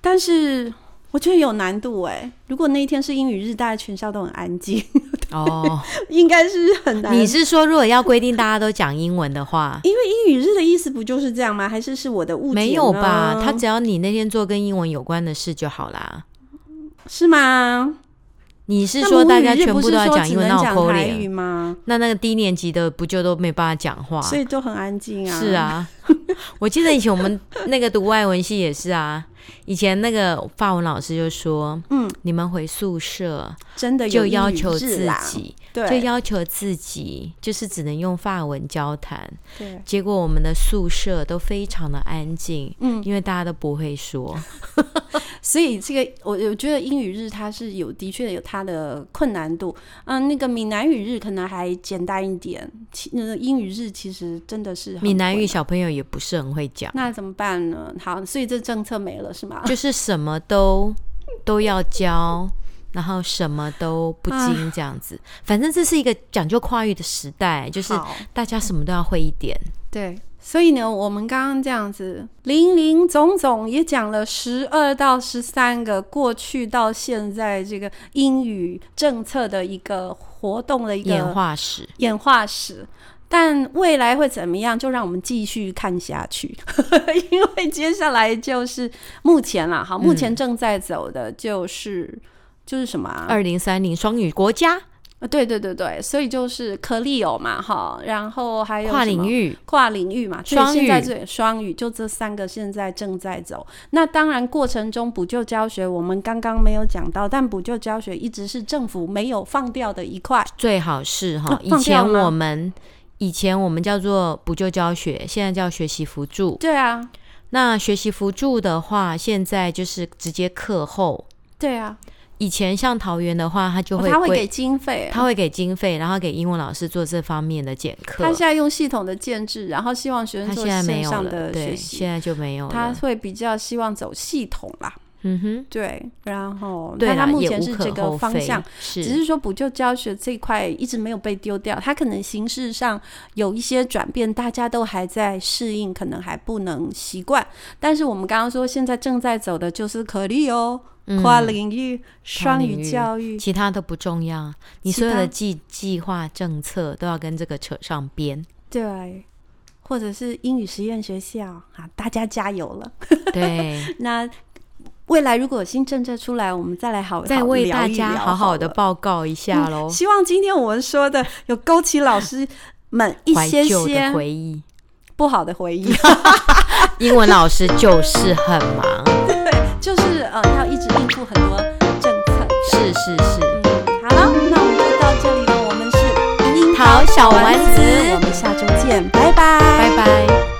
[SPEAKER 1] 但是我觉得有难度哎、如果那一天是英语日，大家全校都很安静，
[SPEAKER 2] 哦，
[SPEAKER 1] 应该是很难。
[SPEAKER 2] 你是说如果要规定大家都讲英文的话，
[SPEAKER 1] 因为英英语日的意思不就是这样吗？还是是我的误解？
[SPEAKER 2] 没有吧？他只要你那天做跟英文有关的事就好啦。
[SPEAKER 1] 是吗？
[SPEAKER 2] 你是说大家全部都要讲英文，
[SPEAKER 1] 那母语日不是说只
[SPEAKER 2] 那我
[SPEAKER 1] 能
[SPEAKER 2] 抠
[SPEAKER 1] 讲台语
[SPEAKER 2] 脸？
[SPEAKER 1] 吗？
[SPEAKER 2] 那那个低年级的不就都没办法讲话？
[SPEAKER 1] 所以都很安静啊。
[SPEAKER 2] 是，啊， 我记得以前我们那个读外文系也是啊，以前那个法文老师就说，
[SPEAKER 1] 嗯，
[SPEAKER 2] 你们回宿舍
[SPEAKER 1] 真的有
[SPEAKER 2] 就要
[SPEAKER 1] 英语
[SPEAKER 2] 求
[SPEAKER 1] 日
[SPEAKER 2] 自
[SPEAKER 1] 啦，
[SPEAKER 2] 己，就
[SPEAKER 1] 对
[SPEAKER 2] 要求自己，就是只能用法文交谈。
[SPEAKER 1] 对，
[SPEAKER 2] 结果我们的宿舍都非常的安静，
[SPEAKER 1] 嗯，
[SPEAKER 2] 因为大家都不会说，
[SPEAKER 1] 所以这个我我觉得英语日它是有的确有它的困难度，嗯，那个闽南语日可能还简单一点，其那个英语日其实真的是很
[SPEAKER 2] 闽南
[SPEAKER 1] 困
[SPEAKER 2] 语
[SPEAKER 1] 难
[SPEAKER 2] 小朋友也不是很会讲，
[SPEAKER 1] 啊那怎么办呢？好，所以这政策没了是吗？
[SPEAKER 2] 就是什么都都要教。然后什么都不
[SPEAKER 1] 啊
[SPEAKER 2] 精这样子，反正这是一个讲究跨域的时代，就是
[SPEAKER 1] 好，
[SPEAKER 2] 大家什么都要会一点。
[SPEAKER 1] 对。所以呢，我们刚刚这样子林林总总也讲了十二到十三个过去到现在这个英语政策的一个活动的一个
[SPEAKER 2] 演化史，
[SPEAKER 1] 演化史。但未来会怎么样？就让我们继续看下去， 因为接下来就是目前啦，
[SPEAKER 2] 嗯
[SPEAKER 1] 好，目前正在走的就是、就是什么、啊？呃
[SPEAKER 2] 二零三零双语国家
[SPEAKER 1] 对对对对，所以就是颗粒偶嘛，哈，然后还有
[SPEAKER 2] 跨
[SPEAKER 1] 什么
[SPEAKER 2] 领域，
[SPEAKER 1] 跨领域嘛，所以
[SPEAKER 2] 双语
[SPEAKER 1] 现在最双语就这三个现在正在走。那当然过程中补救教学我们刚刚没有讲到，但补救教学一直是政府没有放掉的一块。
[SPEAKER 2] 最好是哈
[SPEAKER 1] 啊。
[SPEAKER 2] 以
[SPEAKER 1] 放掉
[SPEAKER 2] 前
[SPEAKER 1] 吗
[SPEAKER 2] 我们以前我们叫做补救教学，现在叫学习辅助。
[SPEAKER 1] 对啊，
[SPEAKER 2] 那学习辅助的话，现在就是直接课后。
[SPEAKER 1] 对啊，
[SPEAKER 2] 以前像桃园的话，他就
[SPEAKER 1] 哦
[SPEAKER 2] 会
[SPEAKER 1] 他会
[SPEAKER 2] 归
[SPEAKER 1] 给经费啊，
[SPEAKER 2] 他会给经费，然后给英文老师做这方面的讲课
[SPEAKER 1] 他。现在用系统的建制，然后希望学生
[SPEAKER 2] 他
[SPEAKER 1] 做
[SPEAKER 2] 现在没
[SPEAKER 1] 线
[SPEAKER 2] 有
[SPEAKER 1] 上
[SPEAKER 2] 了，
[SPEAKER 1] 的
[SPEAKER 2] 对，
[SPEAKER 1] 学
[SPEAKER 2] 现
[SPEAKER 1] 习，
[SPEAKER 2] 在就没有
[SPEAKER 1] 他
[SPEAKER 2] 了。
[SPEAKER 1] 会比较希望走系统啦。
[SPEAKER 2] 嗯哼，
[SPEAKER 1] 对，然后
[SPEAKER 2] 对
[SPEAKER 1] 但他
[SPEAKER 2] 啦，
[SPEAKER 1] 目
[SPEAKER 2] 也
[SPEAKER 1] 前
[SPEAKER 2] 无
[SPEAKER 1] 是
[SPEAKER 2] 可
[SPEAKER 1] 这个
[SPEAKER 2] 厚
[SPEAKER 1] 方
[SPEAKER 2] 非
[SPEAKER 1] 向，，
[SPEAKER 2] 是
[SPEAKER 1] 只是说补救教学这一块一直没有被丢掉，它可能形式上有一些转变，大家都还在适应，可能还不能习惯。但是我们刚刚说，现在正在走的就是可立哦，跨
[SPEAKER 2] 嗯
[SPEAKER 1] 领域、双
[SPEAKER 2] 领
[SPEAKER 1] 语
[SPEAKER 2] 域
[SPEAKER 1] 教育，
[SPEAKER 2] 其他都不重要，你
[SPEAKER 1] 其
[SPEAKER 2] 所有的
[SPEAKER 1] 他
[SPEAKER 2] 计计划政策都要跟这个扯上边。
[SPEAKER 1] 对，或者是英语实验学校啊，大家加油了。
[SPEAKER 2] 对，
[SPEAKER 1] 那未来如果有新政策出来，我们再来好好
[SPEAKER 2] 再为
[SPEAKER 1] 聊
[SPEAKER 2] 大
[SPEAKER 1] 一
[SPEAKER 2] 家
[SPEAKER 1] 聊
[SPEAKER 2] 好
[SPEAKER 1] 好
[SPEAKER 2] 好的
[SPEAKER 1] 了嗯
[SPEAKER 2] 报告一下喽，
[SPEAKER 1] 希望今天我们说的有勾起老师们一
[SPEAKER 2] 怀
[SPEAKER 1] 些
[SPEAKER 2] 旧的
[SPEAKER 1] 些
[SPEAKER 2] 回忆。
[SPEAKER 1] 不好的回忆，
[SPEAKER 2] 英文老师就是很忙，
[SPEAKER 1] 就是呃要一直应付很多政策。
[SPEAKER 2] 是是是，
[SPEAKER 1] 嗯，好了，那我们就到这里了。我们是樱
[SPEAKER 2] 桃小丸子
[SPEAKER 1] 我们下周见，拜拜，
[SPEAKER 2] 拜拜。